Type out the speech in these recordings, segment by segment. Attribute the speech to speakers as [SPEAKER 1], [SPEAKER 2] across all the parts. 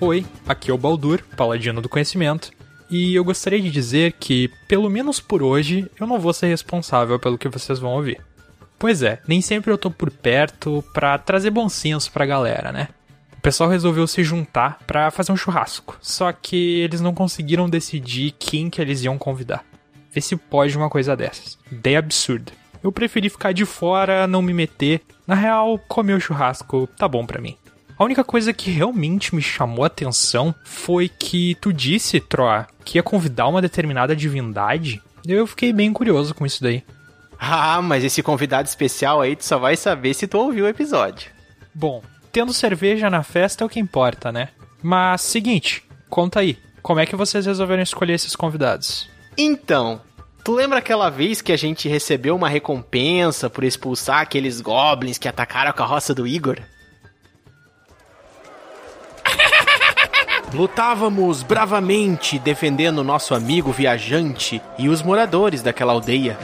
[SPEAKER 1] Oi, aqui é o Baldur, paladino do conhecimento, e eu gostaria de dizer que, pelo menos por hoje, eu não vou ser responsável pelo que vocês vão ouvir. Pois é, nem sempre eu tô por perto pra trazer bom senso pra galera, né? O pessoal resolveu se juntar pra fazer um churrasco, só que eles não conseguiram decidir quem que eles iam convidar. Vê se pode uma coisa dessas. Ideia absurda. Eu preferi ficar de fora, não me meter. Na real, comer o churrasco tá bom pra mim. A única coisa que realmente me chamou a atenção foi que tu disse, Troa, que ia convidar uma determinada divindade. Eu fiquei bem curioso com isso daí.
[SPEAKER 2] Ah, mas esse convidado especial aí tu só vai saber se tu ouviu o episódio.
[SPEAKER 1] Bom, tendo cerveja na festa é o que importa, né? Mas seguinte, conta aí, como é que vocês resolveram escolher esses convidados?
[SPEAKER 2] Então, tu lembra aquela vez que a gente recebeu uma recompensa por expulsar aqueles goblins que atacaram a carroça do Igor? Lutávamos bravamente defendendo nosso amigo viajante e os moradores daquela aldeia.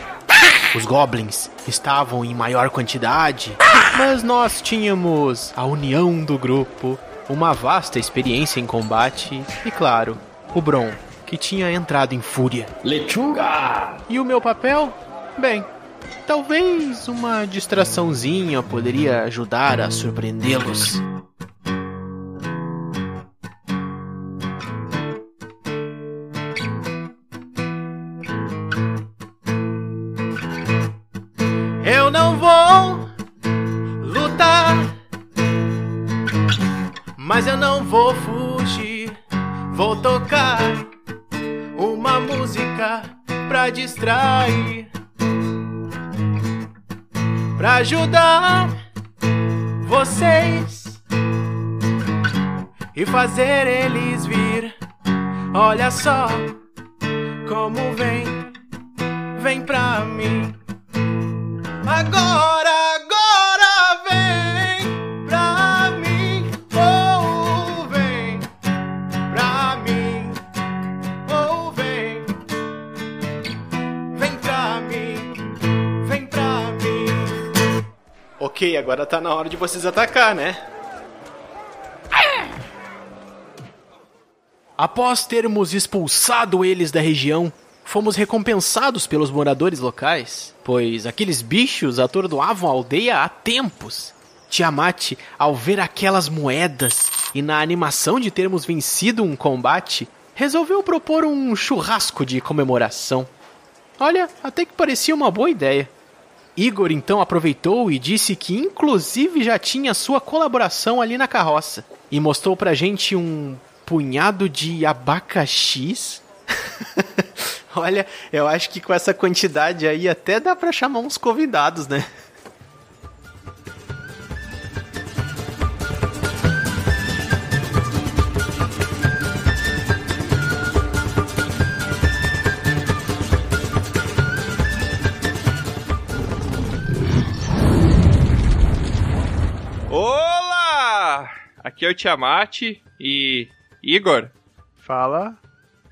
[SPEAKER 2] Os goblins estavam em maior quantidade, mas nós tínhamos a união do grupo, uma vasta experiência em combate e, claro, o Bron, que tinha entrado em fúria.
[SPEAKER 3] Lechuga!
[SPEAKER 2] E o meu papel? Bem, talvez uma distraçãozinha poderia ajudar a surpreendê-los. Eu não vou lutar, mas eu não vou fugir. Vou tocar uma música pra distrair, pra ajudar vocês e fazer eles vir. Olha só como vem, vem pra mim. Agora, agora vem pra mim, ou vem pra mim, ou vem, vem pra mim, vem pra mim. Ok, agora tá na hora de vocês atacar, né? Após termos expulsado eles da região, fomos recompensados pelos moradores locais, pois aqueles bichos atordoavam a aldeia há tempos. Tiamat, ao ver aquelas moedas e na animação de termos vencido um combate, resolveu propor um churrasco de comemoração. Olha, até que parecia uma boa ideia. Igor então aproveitou e disse que inclusive já tinha sua colaboração ali na carroça e mostrou pra gente um punhado de abacaxis. Olha, eu acho que com essa quantidade aí até dá pra chamar uns convidados, né?
[SPEAKER 4] Olá! Aqui é o Tiamat e. Igor,
[SPEAKER 5] Fala.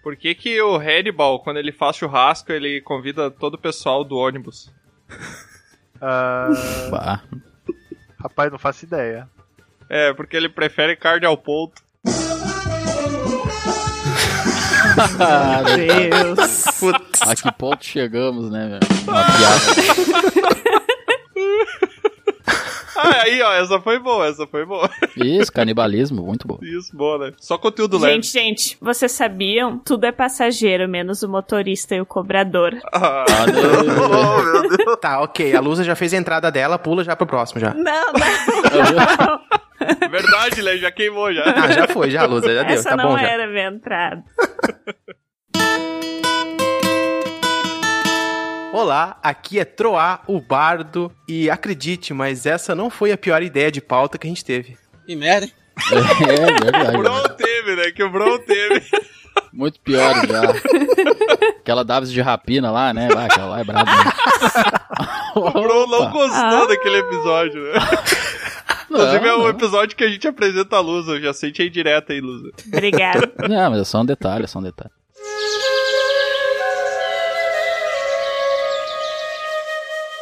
[SPEAKER 4] por que que o Hannibal, quando ele faz churrasco, ele convida todo o pessoal do ônibus?
[SPEAKER 5] Ah,
[SPEAKER 6] Bah.
[SPEAKER 5] rapaz, não faço ideia.
[SPEAKER 4] É, porque ele prefere carne ao ponto.
[SPEAKER 6] Ah,
[SPEAKER 7] Deus.
[SPEAKER 6] a que ponto chegamos, né, velho? Uma piada.
[SPEAKER 4] Ah, aí, ó, essa foi boa, essa foi boa.
[SPEAKER 6] Isso, canibalismo, muito bom.
[SPEAKER 4] Isso, boa, né? Só conteúdo leve.
[SPEAKER 7] Gente, gente, vocês sabiam? Tudo é passageiro, menos o motorista e o cobrador.
[SPEAKER 4] Ah,
[SPEAKER 2] Tá, ok. A Lusa já fez a entrada dela, pula já pro próximo já.
[SPEAKER 7] Não, não, não.
[SPEAKER 4] verdade, né? Já queimou, já.
[SPEAKER 2] Ah, já foi, já, Lusa, já deu,
[SPEAKER 7] Essa
[SPEAKER 2] tá
[SPEAKER 7] não é.
[SPEAKER 2] bom já.
[SPEAKER 7] era minha entrada.
[SPEAKER 2] Olá, aqui é Troá, o Bardo, e acredite, mas essa não foi a pior ideia de pauta que a gente teve.
[SPEAKER 8] Que merda, hein?
[SPEAKER 6] É verdade.
[SPEAKER 4] O Bron
[SPEAKER 6] velho.
[SPEAKER 4] teve, né? Que o Bron teve.
[SPEAKER 6] Muito pior já. Aquela Davis de rapina lá, né? Vai, aquela lá é braba. né?
[SPEAKER 4] O Bron não gostou daquele episódio, né? Inclusive, é um
[SPEAKER 6] Não,
[SPEAKER 4] episódio que a gente apresenta a Lusa. Eu já sente aí direto aí, Lusa.
[SPEAKER 7] Obrigada.
[SPEAKER 6] não. Não, mas é só um detalhe, é só um detalhe.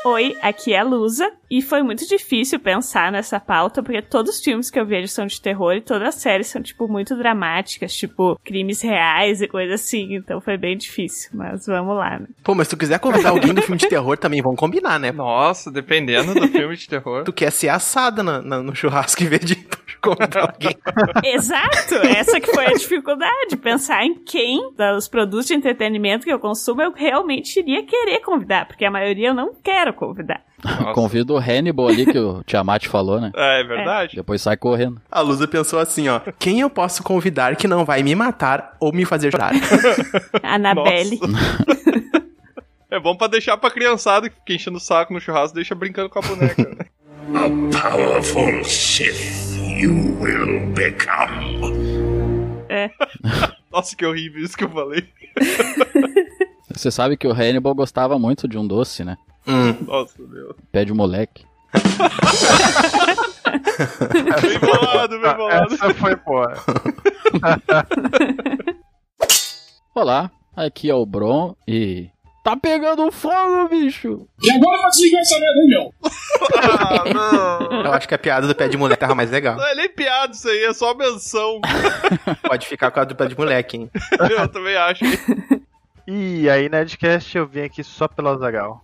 [SPEAKER 7] Oi, aqui é a Lusa. E foi muito difícil pensar nessa pauta, porque todos os filmes que eu vejo são de terror e todas as séries são, tipo, muito dramáticas, tipo, crimes reais e coisa assim. Então foi bem difícil, mas vamos lá, né?
[SPEAKER 9] Pô, mas se tu quiser convidar alguém do filme de terror também, vamos combinar, né?
[SPEAKER 4] Nossa, dependendo do filme de terror.
[SPEAKER 9] Tu quer ser assada na- na- no churrasco em vez de convidar alguém.
[SPEAKER 7] Exato! Essa que foi a dificuldade, pensar em quem dos produtos de entretenimento que eu consumo eu realmente iria querer convidar, porque a maioria eu não quero convidar.
[SPEAKER 4] Nossa.
[SPEAKER 6] Convido o Hannibal ali que o Tiamat falou, né?
[SPEAKER 4] É, é verdade.
[SPEAKER 6] Depois sai correndo.
[SPEAKER 9] A Lusa pensou assim, ó. Quem eu posso convidar que não vai me matar ou me fazer chorar?
[SPEAKER 7] Anabelle.
[SPEAKER 4] É. bom pra deixar pra criançada que fica enchendo o saco no churrasco, deixa brincando com a boneca. né?
[SPEAKER 3] Powerful Sith you will become.
[SPEAKER 7] É.
[SPEAKER 4] Nossa, que horrível isso que eu falei.
[SPEAKER 6] Você sabe que o Hannibal gostava muito de um doce, né?
[SPEAKER 9] Hum.
[SPEAKER 4] Nossa, meu.
[SPEAKER 6] Pé de moleque.
[SPEAKER 4] Bem bolado, bem
[SPEAKER 10] Ah,
[SPEAKER 4] bolado.
[SPEAKER 10] essa foi boa.
[SPEAKER 6] Olá, aqui é o Bron e. Tá pegando fogo, bicho!
[SPEAKER 4] Ah, não.
[SPEAKER 9] Eu acho que a piada do pé de moleque tava mais legal.
[SPEAKER 4] Não é nem piada isso aí, é só menção.
[SPEAKER 9] Pode ficar com a do pé de moleque, hein?
[SPEAKER 4] Eu também acho.
[SPEAKER 10] E aí, Nerdcast, eu vim aqui só pelo Azagal.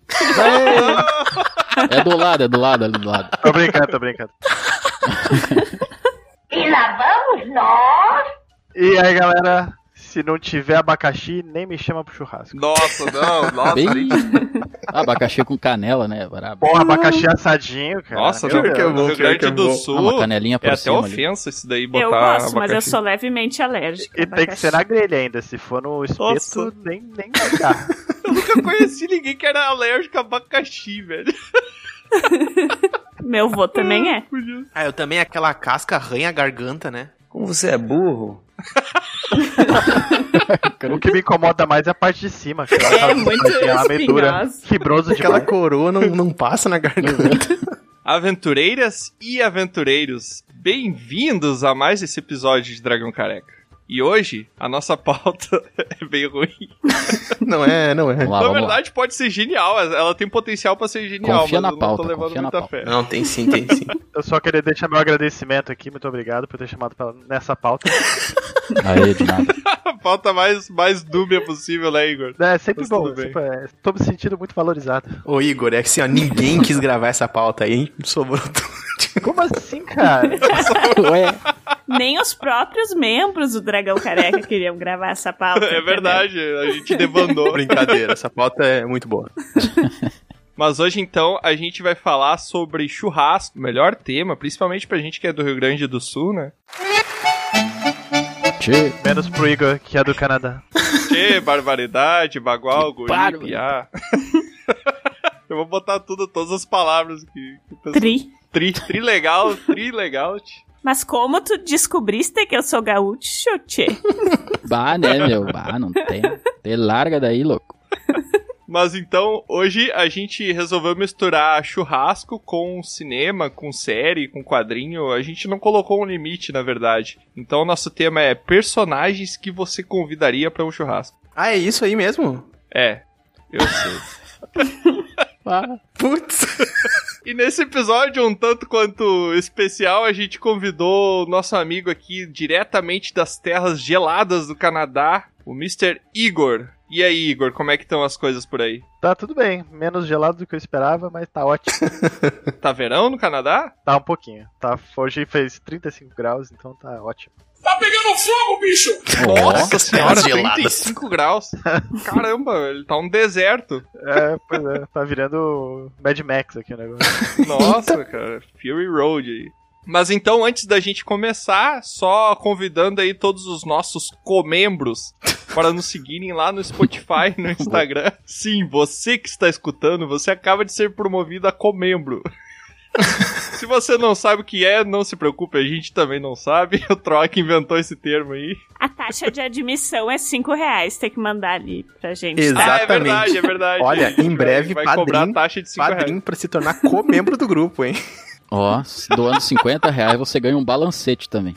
[SPEAKER 6] É do lado, é do lado, é do lado.
[SPEAKER 10] Tô brincando, tô brincando.
[SPEAKER 8] E lá vamos nós.
[SPEAKER 10] E aí, galera, se não tiver abacaxi, nem me chama pro churrasco.
[SPEAKER 4] Nossa, não, nossa.
[SPEAKER 6] Bem. Abacaxi com canela, né? Brabo.
[SPEAKER 10] Porra, abacaxi assadinho, cara.
[SPEAKER 4] Nossa,
[SPEAKER 10] Meu
[SPEAKER 6] é
[SPEAKER 4] não,
[SPEAKER 10] Deus.
[SPEAKER 4] no Rio Grande do
[SPEAKER 6] Ah, uma
[SPEAKER 4] Sul.
[SPEAKER 6] canelinha
[SPEAKER 4] é
[SPEAKER 6] por
[SPEAKER 4] até
[SPEAKER 6] cima ali.
[SPEAKER 4] ofensa isso daí botar
[SPEAKER 7] Eu gosto, mas eu
[SPEAKER 4] abacaxi.
[SPEAKER 7] sou levemente alérgica.
[SPEAKER 10] E tem que ser na grelha ainda. Se for no espeto,
[SPEAKER 4] Nossa.
[SPEAKER 10] nem, nem dá.
[SPEAKER 4] Nunca conheci ninguém que era alérgico a abacaxi, velho.
[SPEAKER 7] Meu vô também é.
[SPEAKER 9] Ah, eu também aquela casca arranha a garganta, né?
[SPEAKER 11] Como você é burro?
[SPEAKER 10] o que me incomoda mais é a parte de cima. Cara.
[SPEAKER 7] É,
[SPEAKER 10] Aquela
[SPEAKER 7] muito
[SPEAKER 10] parte que é meio dura.
[SPEAKER 7] espinhosa.
[SPEAKER 10] Fibroso
[SPEAKER 9] Aquela
[SPEAKER 10] demais.
[SPEAKER 9] coroa não, não passa na garganta.
[SPEAKER 4] Aventureiras e aventureiros, bem-vindos a mais esse episódio de Dragão Careca. E hoje, a nossa pauta é bem ruim.
[SPEAKER 9] Não é, não é.
[SPEAKER 6] Tá, Vamos lá,
[SPEAKER 4] na
[SPEAKER 6] vamos lá.
[SPEAKER 4] verdade, pode ser genial, ela tem potencial pra ser genial,
[SPEAKER 6] Confia
[SPEAKER 4] mas
[SPEAKER 6] na
[SPEAKER 4] eu
[SPEAKER 6] pauta,
[SPEAKER 4] não tô levando
[SPEAKER 6] confia na
[SPEAKER 4] muita
[SPEAKER 6] pauta.
[SPEAKER 4] fé.
[SPEAKER 9] Não, tem sim, tem sim.
[SPEAKER 10] Eu só queria deixar meu agradecimento aqui. Muito obrigado por ter chamado pra- nessa pauta.
[SPEAKER 6] Aí, de nada.
[SPEAKER 4] A pauta mais, mais dúbia possível, né, Igor?
[SPEAKER 10] É sempre
[SPEAKER 4] Mas
[SPEAKER 10] bom.
[SPEAKER 4] tudo bem.
[SPEAKER 10] Sempre, é, tô me sentindo muito valorizado.
[SPEAKER 9] Ô Igor, é que assim, ó, ninguém quis gravar essa pauta aí, hein? Sobrou tu.
[SPEAKER 10] Como assim, cara?
[SPEAKER 6] Ué,
[SPEAKER 7] Nem os próprios membros do Dragão Careca queriam gravar essa
[SPEAKER 6] Ah,
[SPEAKER 7] pauta.
[SPEAKER 4] É
[SPEAKER 7] entendeu?
[SPEAKER 4] verdade, a gente debandou.
[SPEAKER 9] Brincadeira, essa pauta é muito boa.
[SPEAKER 4] Mas hoje então a gente vai falar sobre churrasco, o melhor tema, principalmente pra gente que é do Rio Grande do Sul, né?
[SPEAKER 6] tchê.
[SPEAKER 10] Menos pro Igor, que é do Canadá.
[SPEAKER 4] Tchê, barbaridade, bagual, guri,
[SPEAKER 6] paro.
[SPEAKER 4] piá. Eu vou botar tudo, todas as palavras que, que o pessoal-
[SPEAKER 7] Tri.
[SPEAKER 4] Tri, tri legal, tri legal. tch.
[SPEAKER 7] Mas como tu descobriste que eu sou gaúcho, tchê?
[SPEAKER 6] Bah, né, meu? Bah, não tem. Te larga daí, louco.
[SPEAKER 4] Mas então, hoje a gente resolveu misturar churrasco com cinema, com série, com quadrinho. A gente não colocou um limite, na verdade. Então, o nosso tema é personagens que você convidaria pra um churrasco.
[SPEAKER 9] Ah, é isso aí mesmo?
[SPEAKER 4] É, eu sei.
[SPEAKER 6] Ah,
[SPEAKER 9] Putz.
[SPEAKER 4] E nesse episódio, um tanto quanto especial, a gente convidou o nosso amigo aqui diretamente das terras geladas do Canadá, o Mr. Igor. E aí, Igor, como é que estão as coisas por aí?
[SPEAKER 10] Tá tudo bem. Menos gelado do que eu esperava, mas tá ótimo.
[SPEAKER 4] Tá verão no Canadá?
[SPEAKER 10] Tá um pouquinho. Tá, hoje fez 35 graus, então tá ótimo.
[SPEAKER 6] ó,
[SPEAKER 4] senhora,
[SPEAKER 9] geladas.
[SPEAKER 4] 35 graus. Caramba, ele tá um deserto.
[SPEAKER 10] É, pois é. Tá virando Mad Max aqui o negócio.
[SPEAKER 4] Nossa, cara, Fury Road aí. Mas então, antes da gente começar, só convidando aí todos os nossos comembros para nos seguirem lá no Spotify, no Instagram. Sim, você que está escutando, você acaba de ser promovido a comembro. Se você não sabe o que é, não se preocupe, a gente também não sabe. O Troika inventou esse termo aí.
[SPEAKER 7] A taxa de admissão é 5 reais, tem que mandar ali pra gente.
[SPEAKER 9] Exato.
[SPEAKER 4] Ah, é verdade, é verdade.
[SPEAKER 9] Olha, em breve,
[SPEAKER 4] vai
[SPEAKER 9] padrinho-
[SPEAKER 4] cobrar a taxa de 5 reais.
[SPEAKER 9] Padrinho pra se tornar co-membro do grupo, hein?
[SPEAKER 6] ó, se doando 50 reais você ganha um balancete também.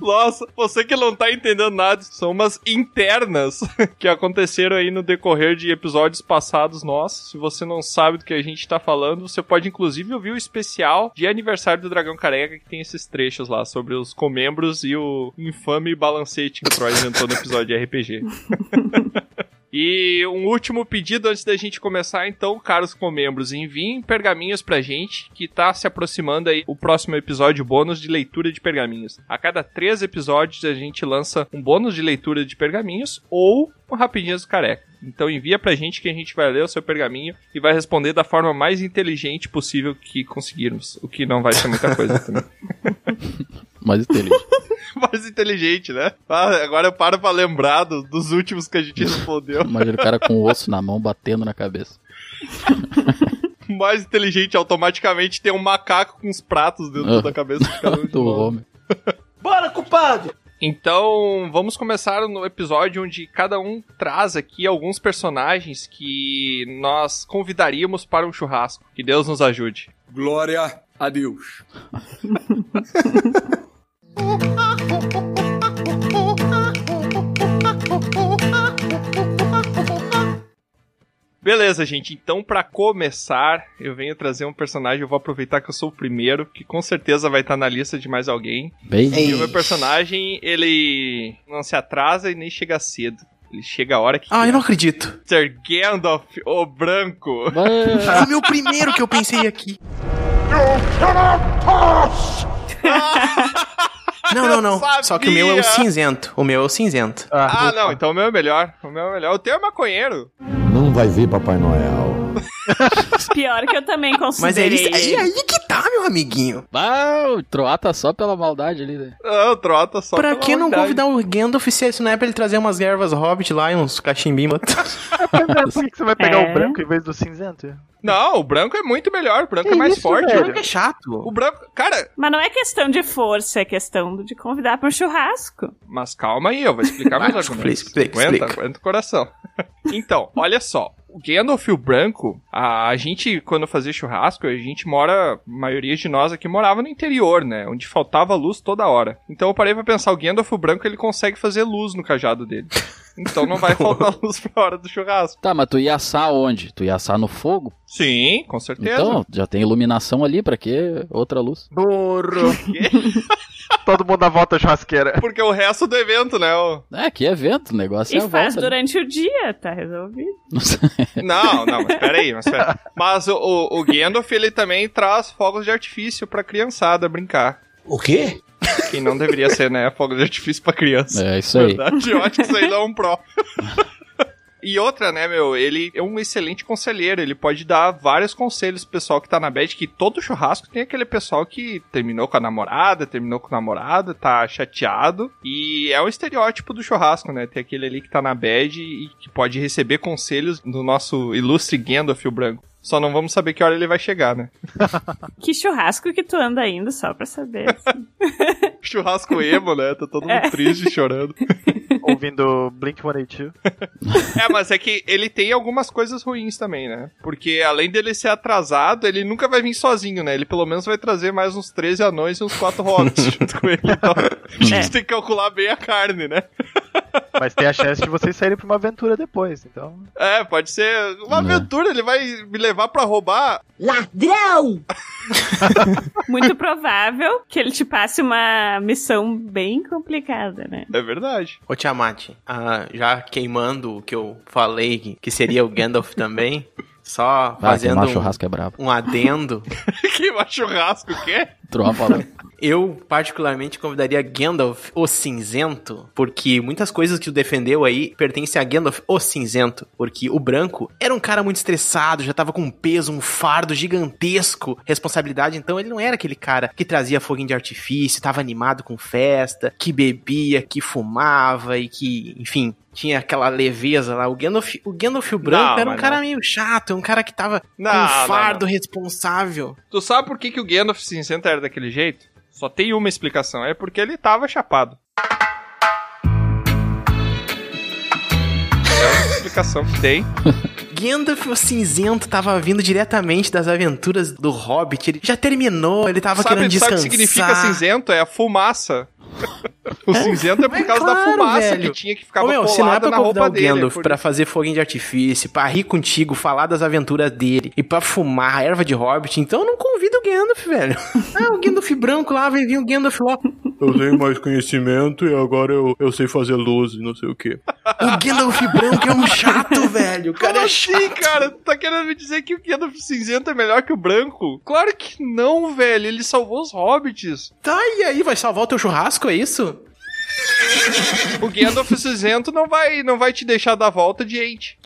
[SPEAKER 4] Nossa, você que não tá entendendo nada, são umas internas que aconteceram aí no decorrer de episódios passados nossos. Se você não sabe do que a gente tá falando, você pode inclusive ouvir o especial de aniversário do Dragão Careca, que tem esses trechos lá sobre os comembros e o infame balancete que o Troy inventou no episódio de RPG. E um último pedido antes da gente começar, então, caros comembros, enviem pergaminhos pra gente, que tá se aproximando aí o próximo episódio bônus de leitura de pergaminhos. A cada três episódios a gente lança um bônus de leitura de pergaminhos ou um Rapidinhas do Careca. Então envia pra gente que a gente vai ler o seu pergaminho e vai responder da forma mais inteligente possível que conseguirmos. O que não vai ser muita coisa também.
[SPEAKER 6] Mas inteligente.
[SPEAKER 4] mais inteligente, né? Ah, agora eu paro pra lembrar do- dos últimos que a gente respondeu.
[SPEAKER 6] Imagina o cara com o osso na mão batendo na cabeça.
[SPEAKER 4] mais inteligente automaticamente tem um macaco com os pratos dentro
[SPEAKER 6] Ah.
[SPEAKER 4] da cabeça de cada um de
[SPEAKER 6] Do
[SPEAKER 4] nós.
[SPEAKER 6] homem.
[SPEAKER 2] Bora, culpado!
[SPEAKER 4] Então, vamos começar no episódio onde cada um traz aqui alguns personagens que nós convidaríamos para um churrasco. Que Deus nos ajude.
[SPEAKER 12] Glória a Deus.
[SPEAKER 4] Beleza, gente. Então, pra começar, eu venho trazer um personagem. Eu vou aproveitar que eu sou o primeiro, que com certeza vai estar na lista de mais alguém.
[SPEAKER 6] Bem,
[SPEAKER 2] Ei.
[SPEAKER 4] E o meu personagem, ele não se atrasa e nem chega cedo. Ele chega a hora que.
[SPEAKER 2] Ah, eu não acredito.
[SPEAKER 4] Mr. Gandalf, o branco.
[SPEAKER 6] Mas-
[SPEAKER 2] Foi o primeiro que eu pensei aqui. Não, não, não.
[SPEAKER 4] Eu
[SPEAKER 2] Só que o meu é o
[SPEAKER 4] sabia.
[SPEAKER 2] cinzento. O meu é o cinzento.
[SPEAKER 4] Ah, não, então o meu é melhor. O meu é melhor. O teu é maconheiro.
[SPEAKER 13] Não vai ver Papai Noel.
[SPEAKER 7] Pior que eu também
[SPEAKER 2] Mas é
[SPEAKER 7] considerei.
[SPEAKER 2] isso. aí, aí que tá, meu amiguinho.
[SPEAKER 6] Ah, o Troata só pela maldade ali, né?
[SPEAKER 4] Ah, o Trota só.
[SPEAKER 2] pra
[SPEAKER 4] pela
[SPEAKER 2] que não
[SPEAKER 4] maldade.
[SPEAKER 2] convidar o Gandalf se isso não é pra ele trazer umas ervas hobbit lá e uns cachimbinhos?
[SPEAKER 10] Pois é, por que que você vai pegar
[SPEAKER 7] É.
[SPEAKER 10] o branco em vez do cinzento?
[SPEAKER 4] Não, o branco é muito melhor. O branco
[SPEAKER 10] Que
[SPEAKER 4] é mais
[SPEAKER 10] isso,
[SPEAKER 4] forte.
[SPEAKER 10] velho?
[SPEAKER 4] O branco-
[SPEAKER 2] é chato.
[SPEAKER 4] O branco. Cara,
[SPEAKER 7] Mas não é questão de força, é questão de convidar para um churrasco.
[SPEAKER 4] mas calma aí, eu vou explicar
[SPEAKER 2] Vai,
[SPEAKER 4] meus argumentos.
[SPEAKER 2] explica,
[SPEAKER 4] aguenta,
[SPEAKER 2] explica.
[SPEAKER 4] aguenta o coração. então, olha só. O Gandalf e o branco, a gente, quando fazia churrasco, a gente mora, a maioria de nós aqui morava no interior, né? Onde faltava luz toda hora. Então eu parei pra pensar, o Gandalf o branco, ele consegue fazer luz no cajado dele. Então não vai faltar luz pra hora do churrasco.
[SPEAKER 6] Tá, mas tu ia assar onde? Tu ia assar no fogo?
[SPEAKER 4] Sim, com certeza.
[SPEAKER 6] Então, já tem iluminação ali, pra que outra luz?
[SPEAKER 2] Burro.
[SPEAKER 10] Todo mundo à volta da churrasqueira.
[SPEAKER 4] Porque o resto do evento, né? o-
[SPEAKER 6] É, que evento, o negócio
[SPEAKER 7] e
[SPEAKER 6] é a
[SPEAKER 7] faz
[SPEAKER 6] volta. né?
[SPEAKER 7] durante o dia, tá resolvido.
[SPEAKER 4] Não, não, mas peraí, mas peraí. Mas o, o, o Gandalf, ele também traz fogos de artifício pra criançada brincar.
[SPEAKER 12] O quê?
[SPEAKER 4] Que não deveria ser, né? Fogos de artifício pra criança.
[SPEAKER 6] É isso aí.
[SPEAKER 4] Verdade, eu acho que isso aí não é um pró. E outra, né, meu, ele é um excelente conselheiro, ele pode dar vários conselhos pro pessoal que tá na bad, que todo churrasco tem aquele pessoal que terminou com a namorada, terminou com o namorado, tá chateado, e é o estereótipo do churrasco, né, tem aquele ali que tá na bad e que pode receber conselhos do nosso ilustre Gandalf o Branco. Só não vamos saber que hora ele vai chegar, né?
[SPEAKER 7] Que churrasco que tu anda indo, só pra saber. assim.
[SPEAKER 4] Churrasco emo, né? Tá todo mundo triste, chorando.
[SPEAKER 10] Ouvindo Blink 182.
[SPEAKER 4] É, mas é que ele tem algumas coisas ruins também, né? Porque além dele ser atrasado, ele nunca vai vir sozinho, né? Ele pelo menos vai trazer mais uns 13 anões e uns 4 hobbits junto com ele. Então, a
[SPEAKER 2] É.
[SPEAKER 4] gente tem que calcular bem a carne, né?
[SPEAKER 10] Mas tem a chance de vocês saírem pra uma aventura depois, então.
[SPEAKER 4] É, pode ser uma
[SPEAKER 6] É.
[SPEAKER 4] aventura, ele vai me levar pra roubar.
[SPEAKER 14] Ladrão!
[SPEAKER 7] Muito provável que ele te passe uma missão bem complicada, né?
[SPEAKER 4] É verdade.
[SPEAKER 2] Ô Tiamat, ah, já queimando o que eu falei, que- que seria o Gandalf também, só
[SPEAKER 6] Vai,
[SPEAKER 2] fazendo
[SPEAKER 6] queimar
[SPEAKER 2] um-
[SPEAKER 6] churrasco é brabo.
[SPEAKER 2] um adendo,
[SPEAKER 4] que mais churrasco, o quê?
[SPEAKER 6] Tropa lá.
[SPEAKER 2] Eu, particularmente, convidaria Gandalf o Cinzento, porque muitas coisas que tu defendeu aí pertencem a Gandalf o Cinzento, porque o Branco era um cara muito estressado, já tava com um peso, um fardo gigantesco, responsabilidade, então ele não era aquele cara que trazia foguinho de artifício, tava animado com festa, que bebia, que fumava e que, enfim... Tinha aquela leveza lá. O Gandalf, o Gandalf o Branco
[SPEAKER 4] Não,
[SPEAKER 2] era um
[SPEAKER 4] mas
[SPEAKER 2] cara meio chato, um cara que tava
[SPEAKER 4] Não,
[SPEAKER 2] com
[SPEAKER 4] não,
[SPEAKER 2] um fardo responsável.
[SPEAKER 4] Tu sabe por que, que o Gandalf cinzento era daquele jeito? Só tem uma explicação, é porque ele tava chapado. É uma explicação que tem.
[SPEAKER 2] Gandalf o cinzento tava vindo diretamente das aventuras do Hobbit. Ele já terminou, ele tava
[SPEAKER 4] sabe,
[SPEAKER 2] querendo
[SPEAKER 4] sabe o que
[SPEAKER 2] descansar.
[SPEAKER 4] significa cinzento? É a fumaça. O cinzento é por
[SPEAKER 2] Mas
[SPEAKER 4] causa da
[SPEAKER 2] claro,
[SPEAKER 4] fumaça
[SPEAKER 2] velho.
[SPEAKER 4] que tinha que ficar
[SPEAKER 2] Ô, meu, se não é
[SPEAKER 4] colada
[SPEAKER 2] pra
[SPEAKER 4] na
[SPEAKER 2] convidar
[SPEAKER 4] roupa
[SPEAKER 2] o
[SPEAKER 4] dele.
[SPEAKER 2] Gandalf
[SPEAKER 4] por
[SPEAKER 2] pra fazer foguinho de artifício, pra rir contigo, falar das aventuras dele e pra fumar a erva de Hobbit, então não convida o Gandalf, velho. Ah, o Gandalf branco lá, vai vir o Gandalf lá.
[SPEAKER 15] Eu tenho mais conhecimento e agora eu, eu sei fazer luz e não sei o quê.
[SPEAKER 2] O Gandalf branco é um chato, velho. O cara
[SPEAKER 4] Como
[SPEAKER 2] é
[SPEAKER 4] assim, cara? Tu Tá querendo me dizer que o Gandalf cinzento é melhor que o branco? Claro que não, velho. Ele salvou os hobbits.
[SPEAKER 2] Tá, e aí? Vai salvar o teu churrasco, é isso?
[SPEAKER 4] O Gandalf cinzento não vai, não vai te deixar dar volta de gente.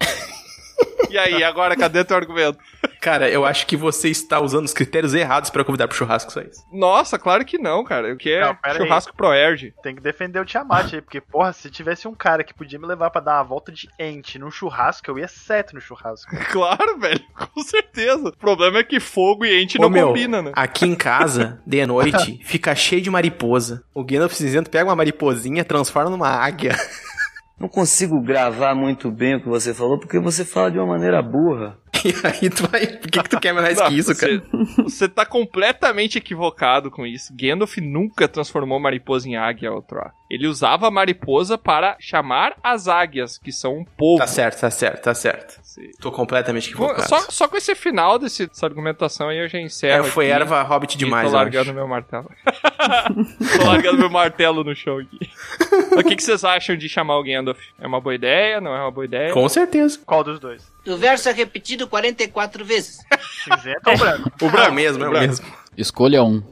[SPEAKER 4] E aí, agora, cadê teu argumento?
[SPEAKER 2] Cara, eu acho que você está usando os critérios errados pra convidar pro churrasco, só isso.
[SPEAKER 4] Nossa, claro que não, cara. O que é
[SPEAKER 10] Não, pera aí.
[SPEAKER 4] churrasco pro Erge?
[SPEAKER 10] Tem que defender o Tiamat aí, porque, porra, se tivesse um cara que podia me levar pra dar uma volta de ente num churrasco, eu ia certo no churrasco.
[SPEAKER 4] Claro, velho. Com certeza. O problema é que fogo e ente
[SPEAKER 2] Ô,
[SPEAKER 4] não
[SPEAKER 2] meu,
[SPEAKER 4] combina, né?
[SPEAKER 2] Aqui em casa, de noite, fica cheio de mariposa. O Gandalf cinzento pega uma mariposinha, transforma numa águia.
[SPEAKER 16] Não consigo gravar muito bem o que você falou, porque você fala de uma maneira burra.
[SPEAKER 2] E aí tu vai. Por que, que tu quer mais que isso, cara?
[SPEAKER 4] Você tá completamente equivocado com isso. Gandalf nunca transformou mariposa em águia, outro. Ele usava a mariposa para chamar as águias, que são um povo.
[SPEAKER 2] Tá certo, tá certo, tá certo. Tô completamente equivocado.
[SPEAKER 4] Só, só com esse final desse- dessa argumentação aí eu já encerro.
[SPEAKER 2] É, foi
[SPEAKER 4] aqui.
[SPEAKER 2] erva hobbit
[SPEAKER 4] E
[SPEAKER 2] demais,
[SPEAKER 4] Tô
[SPEAKER 2] eu
[SPEAKER 4] largando
[SPEAKER 2] acho.
[SPEAKER 4] meu martelo. tô largando meu martelo no chão aqui. O que, que vocês acham de chamar o Gandalf? É uma boa ideia? Não é uma boa ideia?
[SPEAKER 2] Com certeza.
[SPEAKER 10] Qual dos dois?
[SPEAKER 17] O verso é repetido 44 vezes.
[SPEAKER 10] Cinzento ou branco?
[SPEAKER 2] O branco mesmo, é o mesmo.
[SPEAKER 6] Escolha um.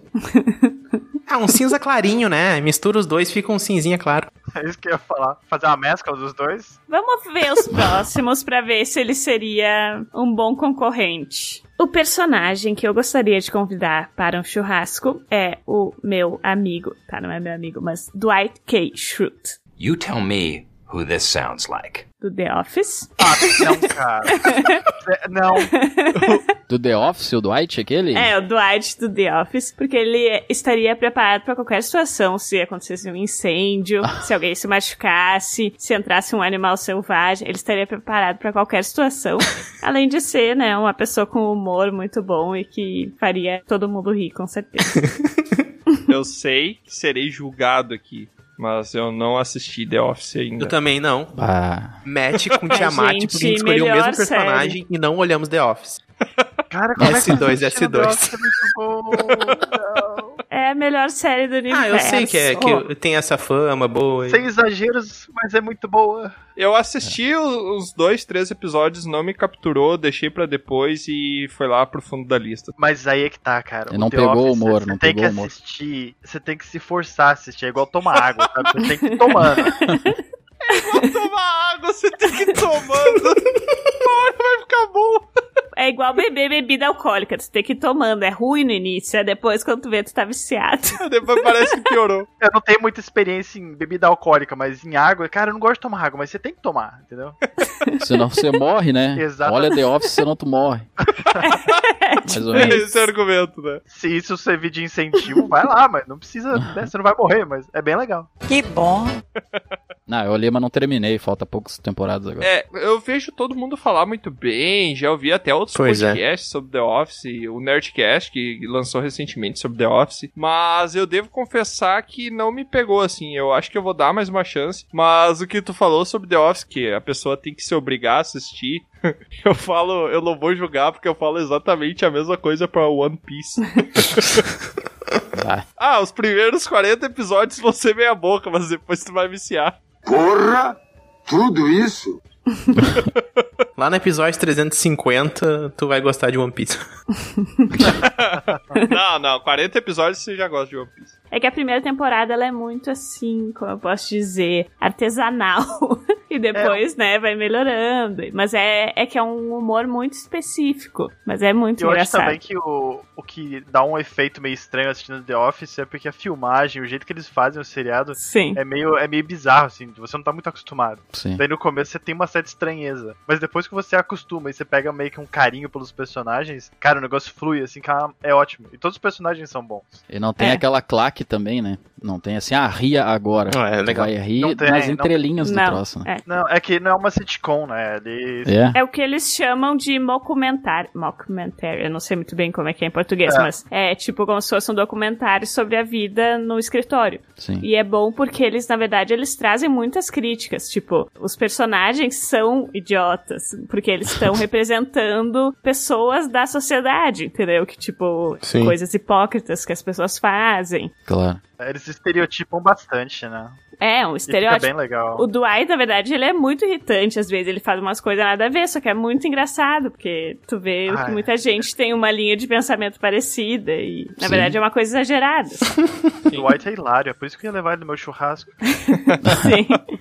[SPEAKER 2] Ah, um cinza clarinho, né? Mistura os dois, fica um cinzinha claro.
[SPEAKER 10] É isso que eu ia falar. Fazer uma mescla dos dois?
[SPEAKER 7] Vamos ver os próximos pra ver se ele seria um bom concorrente. O personagem que eu gostaria de convidar para um churrasco é o meu amigo, tá? Não é meu amigo, mas Dwight K. Schrute,
[SPEAKER 18] You tell me who this sounds like.
[SPEAKER 7] do The Office.
[SPEAKER 10] Ah, Não, cara. não.
[SPEAKER 6] Do The Office, o Dwight, aquele?
[SPEAKER 7] É, o Dwight do The Office, porque ele estaria preparado pra qualquer situação, se acontecesse um incêndio,
[SPEAKER 2] Ah.
[SPEAKER 7] se alguém se machucasse, se entrasse um animal selvagem, ele estaria preparado pra qualquer situação. Além de ser, né, uma pessoa com humor muito bom e que faria todo mundo rir, com certeza.
[SPEAKER 4] Eu sei que serei julgado aqui, mas eu não assisti The Office ainda.
[SPEAKER 2] Eu também não.
[SPEAKER 6] Ah.
[SPEAKER 2] Match com
[SPEAKER 4] Ai,
[SPEAKER 2] Tiamat,
[SPEAKER 4] gente,
[SPEAKER 2] porque a gente escolheu o
[SPEAKER 4] melhor
[SPEAKER 2] mesmo personagem
[SPEAKER 4] série.
[SPEAKER 2] e não olhamos The Office.
[SPEAKER 10] Cara,
[SPEAKER 2] como é que S2,
[SPEAKER 10] tá
[SPEAKER 2] você assistiu S2. Drops?
[SPEAKER 7] É a melhor série do universo.
[SPEAKER 2] Ah, eu sei que, é, que tem essa fama boa. e-
[SPEAKER 10] Sem exageros, mas é muito boa.
[SPEAKER 4] Eu assisti o- os dois, três episódios, não me capturou, deixei pra depois e foi lá pro fundo da lista.
[SPEAKER 10] Mas aí é que tá, cara.
[SPEAKER 6] Não pegou o humor,
[SPEAKER 10] você
[SPEAKER 6] não
[SPEAKER 10] tem
[SPEAKER 6] pegou
[SPEAKER 10] que
[SPEAKER 6] o humor.
[SPEAKER 10] assistir, você tem que se forçar a assistir, é igual tomar água, sabe? Você tem que ir tomando.
[SPEAKER 4] Vou tomar água, você tem que ir tomando. Uma hora vai ficar bom.
[SPEAKER 7] É igual beber bebida alcoólica, tu tem que ir tomando, é ruim no início, é depois quando tu vê tu tá viciado.
[SPEAKER 4] Depois parece que piorou.
[SPEAKER 10] Eu não tenho muita experiência em bebida alcoólica, mas em água, cara, eu não gosto de tomar água, mas você tem que tomar, entendeu?
[SPEAKER 6] Senão você morre, né?
[SPEAKER 10] Exatamente.
[SPEAKER 6] Olha The Office, senão tu morre. Mais ou menos.
[SPEAKER 4] Esse é o argumento, né?
[SPEAKER 10] Se isso servir de incentivo, vai lá, mas não precisa, né? Você não vai morrer, mas é bem legal.
[SPEAKER 6] Que bom. Não, eu olhei, mas não terminei. Falta poucas temporadas agora.
[SPEAKER 4] É, eu vejo todo mundo falar muito bem, já ouvi até outros
[SPEAKER 6] Pois é.
[SPEAKER 4] podcasts sobre The Office, o Nerdcast, que lançou recentemente sobre The Office, mas eu devo confessar que não me pegou, assim, eu acho que eu vou dar mais uma chance, mas o que tu falou sobre The Office, que a pessoa tem que se obrigar a assistir, eu falo, eu não vou julgar, porque eu falo exatamente a mesma coisa pra One Piece. ah, os primeiros 40 episódios vão ser meia boca, mas depois tu vai viciar.
[SPEAKER 13] Porra! Tudo isso?
[SPEAKER 2] Lá no episódio 350, tu vai gostar de One Piece.
[SPEAKER 4] não, não, 40 episódios você já gosta de One Piece.
[SPEAKER 7] É que a primeira temporada ela é muito assim, como eu posso dizer, artesanal. e depois,
[SPEAKER 10] É.
[SPEAKER 7] né, vai melhorando. Mas é, é que é um humor muito específico. Mas é muito
[SPEAKER 10] eu acho
[SPEAKER 7] engraçado.
[SPEAKER 10] também que o, o que dá um efeito meio estranho assistindo The Office é porque a filmagem, o jeito que eles fazem o seriado
[SPEAKER 7] Sim.
[SPEAKER 10] é meio é meio bizarro, assim, você não tá muito acostumado.
[SPEAKER 6] Sim.
[SPEAKER 10] Daí no começo você tem uma certa estranheza. Mas depois que você acostuma e você pega meio que um carinho pelos personagens, é cara, o negócio flui, assim, que é ótimo. E todos os personagens são bons.
[SPEAKER 6] E não tem
[SPEAKER 10] É.
[SPEAKER 6] aquela claque também, né? Não tem assim, ah, ria agora.
[SPEAKER 9] Não, é legal.
[SPEAKER 6] Vai rir
[SPEAKER 10] Não tem,
[SPEAKER 6] nas
[SPEAKER 10] não-
[SPEAKER 6] entrelinhas do
[SPEAKER 7] Não,
[SPEAKER 6] troço, né?
[SPEAKER 7] é.
[SPEAKER 10] Não, é que não é uma sitcom, né? Eles...
[SPEAKER 7] É o que eles chamam de mockumentary. Mockumentary, eu não sei muito bem como é que é em português,
[SPEAKER 10] É.
[SPEAKER 7] mas é tipo como se fosse um documentário sobre a vida no escritório.
[SPEAKER 6] Sim.
[SPEAKER 7] E é bom porque eles, na verdade, eles trazem muitas críticas. Tipo, os personagens são idiotas, porque eles estão representando pessoas da sociedade, entendeu? Que, tipo,
[SPEAKER 6] Sim.
[SPEAKER 7] coisas hipócritas que as pessoas fazem.
[SPEAKER 6] Claro.
[SPEAKER 10] Eles estereotipam bastante, né?
[SPEAKER 7] É, um
[SPEAKER 10] E
[SPEAKER 7] estereótipo.
[SPEAKER 10] Fica bem legal.
[SPEAKER 7] O Dwight, na verdade, ele é muito irritante às vezes. Ele faz umas coisas nada a ver, só que é muito engraçado, porque tu vê
[SPEAKER 10] Ah,
[SPEAKER 7] que
[SPEAKER 10] é.
[SPEAKER 7] muita gente tem uma linha de pensamento parecida e, na
[SPEAKER 10] Sim.
[SPEAKER 7] verdade, é uma coisa exagerada.
[SPEAKER 10] O White é hilário, é por isso que eu ia levar ele no meu churrasco.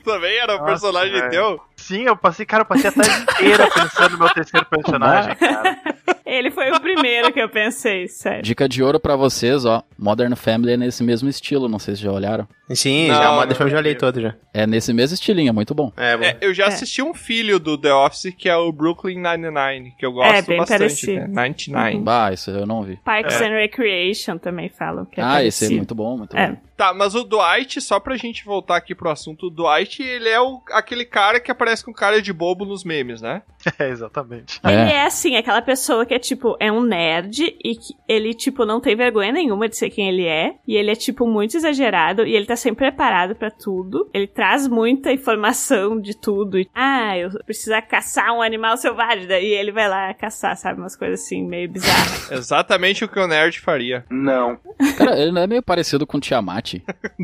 [SPEAKER 4] Também era um
[SPEAKER 10] Nossa,
[SPEAKER 4] personagem
[SPEAKER 10] velho.
[SPEAKER 4] teu?
[SPEAKER 10] Sim, eu passei, cara, eu passei a tarde inteira pensando no meu terceiro personagem, cara.
[SPEAKER 7] ele foi o primeiro que eu pensei, sério.
[SPEAKER 6] Dica de ouro pra vocês, ó. Modern Family é nesse mesmo estilo, não sei se já olharam.
[SPEAKER 2] Sim,
[SPEAKER 4] Não,
[SPEAKER 2] já,
[SPEAKER 4] não.
[SPEAKER 2] a Modern Family eu já olhei todo já.
[SPEAKER 6] É nesse mesmo estilinho, é muito bom.
[SPEAKER 2] É, bom.
[SPEAKER 4] É, eu já assisti um filho do The Office que é o Brooklyn Nine-Nine, que eu gosto
[SPEAKER 7] É, bem
[SPEAKER 4] bastante.
[SPEAKER 7] parecido.
[SPEAKER 4] Né? 99.
[SPEAKER 6] Bah, isso eu não vi.
[SPEAKER 7] Parks
[SPEAKER 4] É.
[SPEAKER 7] and Recreation também falam que é
[SPEAKER 6] ah, esse é
[SPEAKER 7] parecido.
[SPEAKER 6] muito bom, muito
[SPEAKER 7] É.
[SPEAKER 6] bom.
[SPEAKER 4] Tá, mas o Dwight, só pra gente voltar aqui pro assunto, o Dwight, ele é o, aquele cara que aparece com cara de bobo nos memes, né?
[SPEAKER 10] É, exatamente.
[SPEAKER 7] Ele é assim, aquela pessoa que é tipo, é um nerd e que ele, tipo, não tem vergonha nenhuma de ser quem ele é. E ele é, tipo, muito exagerado e ele tá sempre preparado pra tudo. Ele traz muita informação de tudo. E, ah, eu precisar caçar um animal selvagem. Daí ele vai lá caçar, sabe? Umas coisas assim, meio bizarras.
[SPEAKER 4] Exatamente o que o nerd faria.
[SPEAKER 6] Não. Cara, ele não é meio parecido com o Tiamat.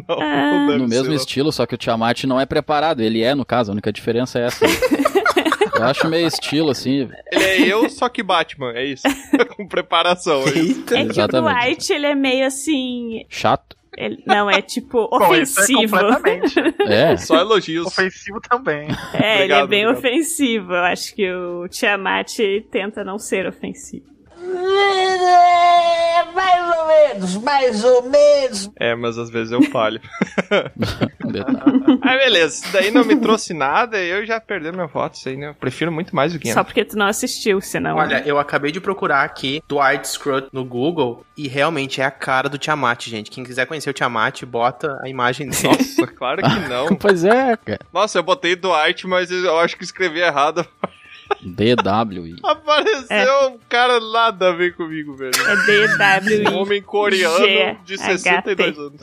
[SPEAKER 4] não,
[SPEAKER 7] não
[SPEAKER 4] deve
[SPEAKER 6] No
[SPEAKER 4] ser,
[SPEAKER 6] mesmo
[SPEAKER 4] não.
[SPEAKER 6] estilo, só que o Tiamat não é preparado. Ele é, no caso, a única diferença é essa. eu acho meio estilo, assim.
[SPEAKER 4] Ele é eu, só que Batman, é isso. com preparação. é isso.
[SPEAKER 7] é que o
[SPEAKER 6] Exatamente.
[SPEAKER 7] Dwight, ele é meio assim.
[SPEAKER 6] Chato.
[SPEAKER 7] ele- não, é tipo
[SPEAKER 10] Bom, isso é
[SPEAKER 7] ofensivo.
[SPEAKER 6] É.
[SPEAKER 4] Só elogios.
[SPEAKER 10] Ofensivo também.
[SPEAKER 7] É, ele é
[SPEAKER 4] Obrigado,
[SPEAKER 7] bem
[SPEAKER 4] obrigado.
[SPEAKER 7] ofensivo. Eu acho que o Tiamat tenta não ser ofensivo.
[SPEAKER 8] É, mais ou menos, mais ou menos.
[SPEAKER 4] É, mas às vezes eu falho.
[SPEAKER 6] Detalhe.
[SPEAKER 4] ah, beleza. Isso daí não me trouxe nada e eu já perdi meu voto, isso aí, né? Eu prefiro muito mais o Guinness.
[SPEAKER 7] Só porque tu não assistiu, senão.
[SPEAKER 2] Olha, eu acabei de procurar aqui Dwight Schrute no Google e realmente é a cara do Tiamat, gente. Quem quiser conhecer o Tiamat, bota a imagem dele.
[SPEAKER 4] Nossa, claro que não.
[SPEAKER 6] pois é, cara.
[SPEAKER 4] Nossa, eu botei Dwight, mas eu acho que escrevi errado.
[SPEAKER 6] DW.
[SPEAKER 4] Apareceu um cara nada a ver comigo, velho.
[SPEAKER 7] É DW.
[SPEAKER 4] Um homem coreano de 62 anos.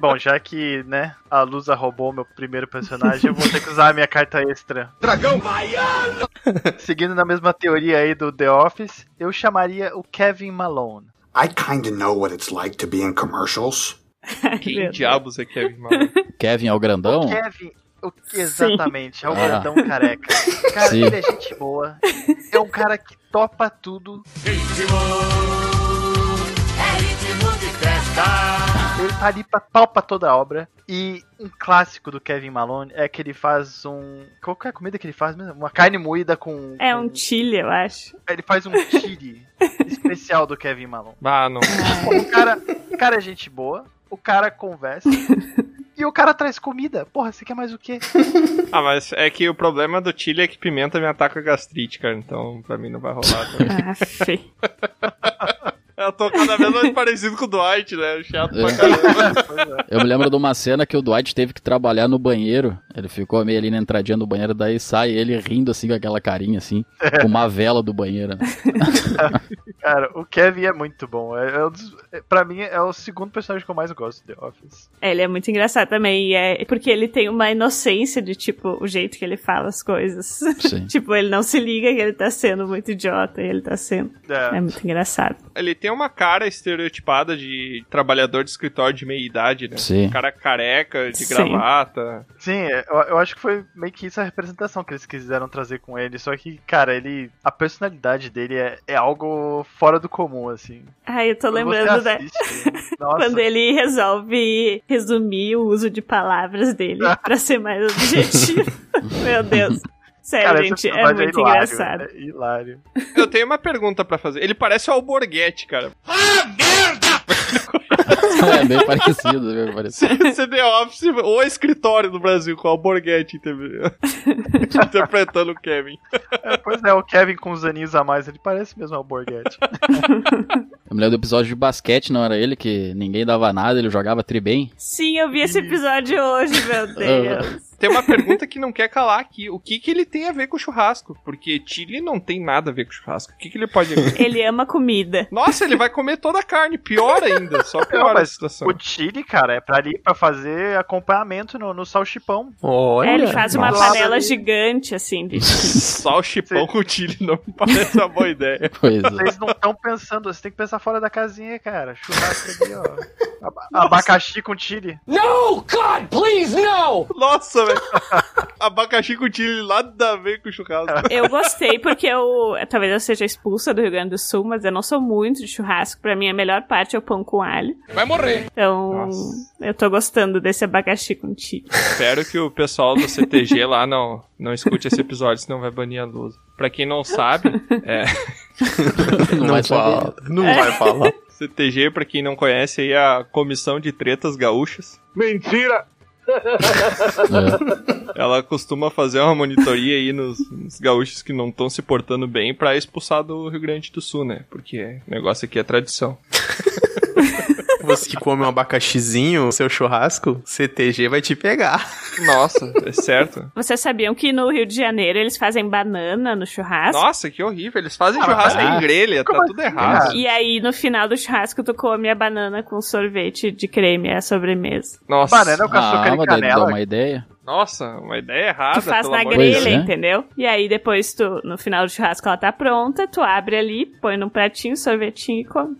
[SPEAKER 10] Bom, já que, né, a Lusa roubou meu primeiro personagem, eu vou ter que usar a minha carta extra.
[SPEAKER 3] Dragão Baiano!
[SPEAKER 10] Seguindo na mesma teoria aí do The Office, eu chamaria o Kevin Malone.
[SPEAKER 11] I kinda know what it's like to be in commercials.
[SPEAKER 4] Quem diabos é Kevin Malone?
[SPEAKER 6] Kevin é o grandão?
[SPEAKER 10] Kevin, o que exatamente? É o
[SPEAKER 6] Ah.
[SPEAKER 10] grandão careca. Cara,
[SPEAKER 6] Sim.
[SPEAKER 10] ele é gente boa. É um cara que topa tudo. Ele tá ali pra palpa toda a obra. E um clássico do Kevin Malone é que ele faz um. Qual que é a comida que ele faz mesmo? Uma carne moída com.
[SPEAKER 7] É um chile, eu acho.
[SPEAKER 10] Ele faz um chili especial do Kevin Malone.
[SPEAKER 4] Ah, não.
[SPEAKER 10] O cara, o cara é gente boa, o cara conversa. E o cara traz comida. Porra, você quer mais o quê?
[SPEAKER 4] Ah, mas é que o problema do Chile é que pimenta me ataca a gastrite, cara. Então, pra mim não vai rolar. também. Eu
[SPEAKER 7] Ah,
[SPEAKER 4] tô cada vez mais parecido com o Dwight, né? Chato pra
[SPEAKER 6] É.
[SPEAKER 4] caramba.
[SPEAKER 6] Eu me lembro de uma cena que o Dwight teve que trabalhar no banheiro. Ele ficou meio ali na entradinha do banheiro, daí sai ele rindo assim com aquela carinha assim, com uma vela do banheiro. né?
[SPEAKER 10] Cara, o Kevin é muito bom. É, é um dos- é- pra mim, é o segundo personagem que eu mais gosto do The Office.
[SPEAKER 7] É, Ele é muito engraçado também, e é porque ele tem uma inocência de, tipo, o jeito que ele fala as coisas. tipo, ele não se liga que ele tá sendo muito idiota, e ele tá sendo. É, muito engraçado.
[SPEAKER 4] Ele tem uma cara estereotipada de trabalhador de escritório de meia idade, né?
[SPEAKER 6] Sim.
[SPEAKER 4] Cara careca, de
[SPEAKER 10] Sim.
[SPEAKER 4] gravata.
[SPEAKER 10] Sim, é, eu, eu acho que foi meio que isso a representação que eles quiseram trazer com ele. Só que, cara, ele. A personalidade dele é, é algo fora do comum, assim.
[SPEAKER 7] Ai, eu tô
[SPEAKER 10] Quando
[SPEAKER 7] lembrando
[SPEAKER 10] você
[SPEAKER 7] da.
[SPEAKER 10] assiste, nossa.
[SPEAKER 7] Quando ele resolve resumir o uso de palavras dele pra ser mais objetivo. Meu Deus. Sério,
[SPEAKER 10] Cara, esse
[SPEAKER 7] gente, é
[SPEAKER 10] personagem
[SPEAKER 7] muito
[SPEAKER 10] hilário,
[SPEAKER 7] engraçado.
[SPEAKER 10] É hilário.
[SPEAKER 4] Eu tenho uma pergunta pra fazer. Ele parece o Alborguete, cara. Ah, merda!
[SPEAKER 6] É bem parecido, bem parecido.
[SPEAKER 4] CD Office ou escritório do Brasil com o Alborguete inter- interpretando o Kevin.
[SPEAKER 10] Pois é, o Kevin com os aninhos a mais, ele parece mesmo o Borghetti.
[SPEAKER 6] Eu me lembro do episódio de basquete, não era ele que ninguém dava nada, ele jogava tri bem.
[SPEAKER 7] Sim, eu vi esse episódio hoje, meu Deus.
[SPEAKER 4] Tem uma pergunta que não quer calar aqui. O que, que ele tem a ver com churrasco? Porque Chile não tem nada a ver com churrasco. O que, que ele pode...
[SPEAKER 7] Ele ama comida.
[SPEAKER 4] Nossa, ele vai comer toda a carne. Pior ainda. Só pior a situação.
[SPEAKER 10] O Chile, cara, é pra ali pra fazer acompanhamento no, no salchipão.
[SPEAKER 7] É, ele faz uma panela gigante, assim, de
[SPEAKER 4] Salchipão com Chile não me parece uma boa ideia.
[SPEAKER 6] Pois é.
[SPEAKER 10] Vocês não estão pensando, você tem que pensar fora da casinha, cara. Churrasco ali, ó. Aba- abacaxi com Chile.
[SPEAKER 4] No, God, please, no! Nossa, velho. Abacaxi com Chile nada a ver com churrasco.
[SPEAKER 7] Eu gostei porque eu. Talvez eu seja expulsa do Rio Grande do Sul, mas eu não sou muito de churrasco. Pra mim, a melhor parte é o pão com alho.
[SPEAKER 4] Vai morrer.
[SPEAKER 7] Então, eu tô gostando desse abacaxi com ti.
[SPEAKER 4] Espero que o pessoal do CTG lá não, não escute esse episódio, senão vai banir a luz. Pra quem não sabe, é.
[SPEAKER 6] Não, vai falar.
[SPEAKER 4] Não vai falar. CTG, pra quem não conhece, aí é a Comissão de Tretas Gaúchas.
[SPEAKER 19] Mentira!
[SPEAKER 4] Ela costuma fazer uma monitoria aí nos, nos gaúchos que não estão se portando bem pra expulsar do Rio Grande do Sul, né? Porque o negócio aqui é tradição.
[SPEAKER 2] Você que come um abacaxizinho, seu churrasco, CTG vai te pegar.
[SPEAKER 4] Nossa, é certo.
[SPEAKER 7] Vocês sabiam que no Rio de Janeiro eles fazem banana no churrasco?
[SPEAKER 4] Nossa, que horrível. Eles fazem churrasco em grelha, tá tudo
[SPEAKER 7] assim?
[SPEAKER 10] Ah,
[SPEAKER 6] É.
[SPEAKER 4] errado.
[SPEAKER 7] E aí, no final do churrasco, tu come a banana com sorvete de creme, é a sobremesa.
[SPEAKER 4] Nossa.
[SPEAKER 10] Banana com açúcar
[SPEAKER 6] ah,
[SPEAKER 10] e
[SPEAKER 6] mas daí dá
[SPEAKER 10] canela.
[SPEAKER 6] uma ideia.
[SPEAKER 4] Nossa, uma ideia errada.
[SPEAKER 7] Tu faz
[SPEAKER 4] pelo
[SPEAKER 7] na
[SPEAKER 4] amor de
[SPEAKER 7] grelha,
[SPEAKER 4] Deus.
[SPEAKER 7] entendeu? E aí depois tu, no final do churrasco, ela tá pronta, tu abre ali, põe num pratinho, sorvetinho e come.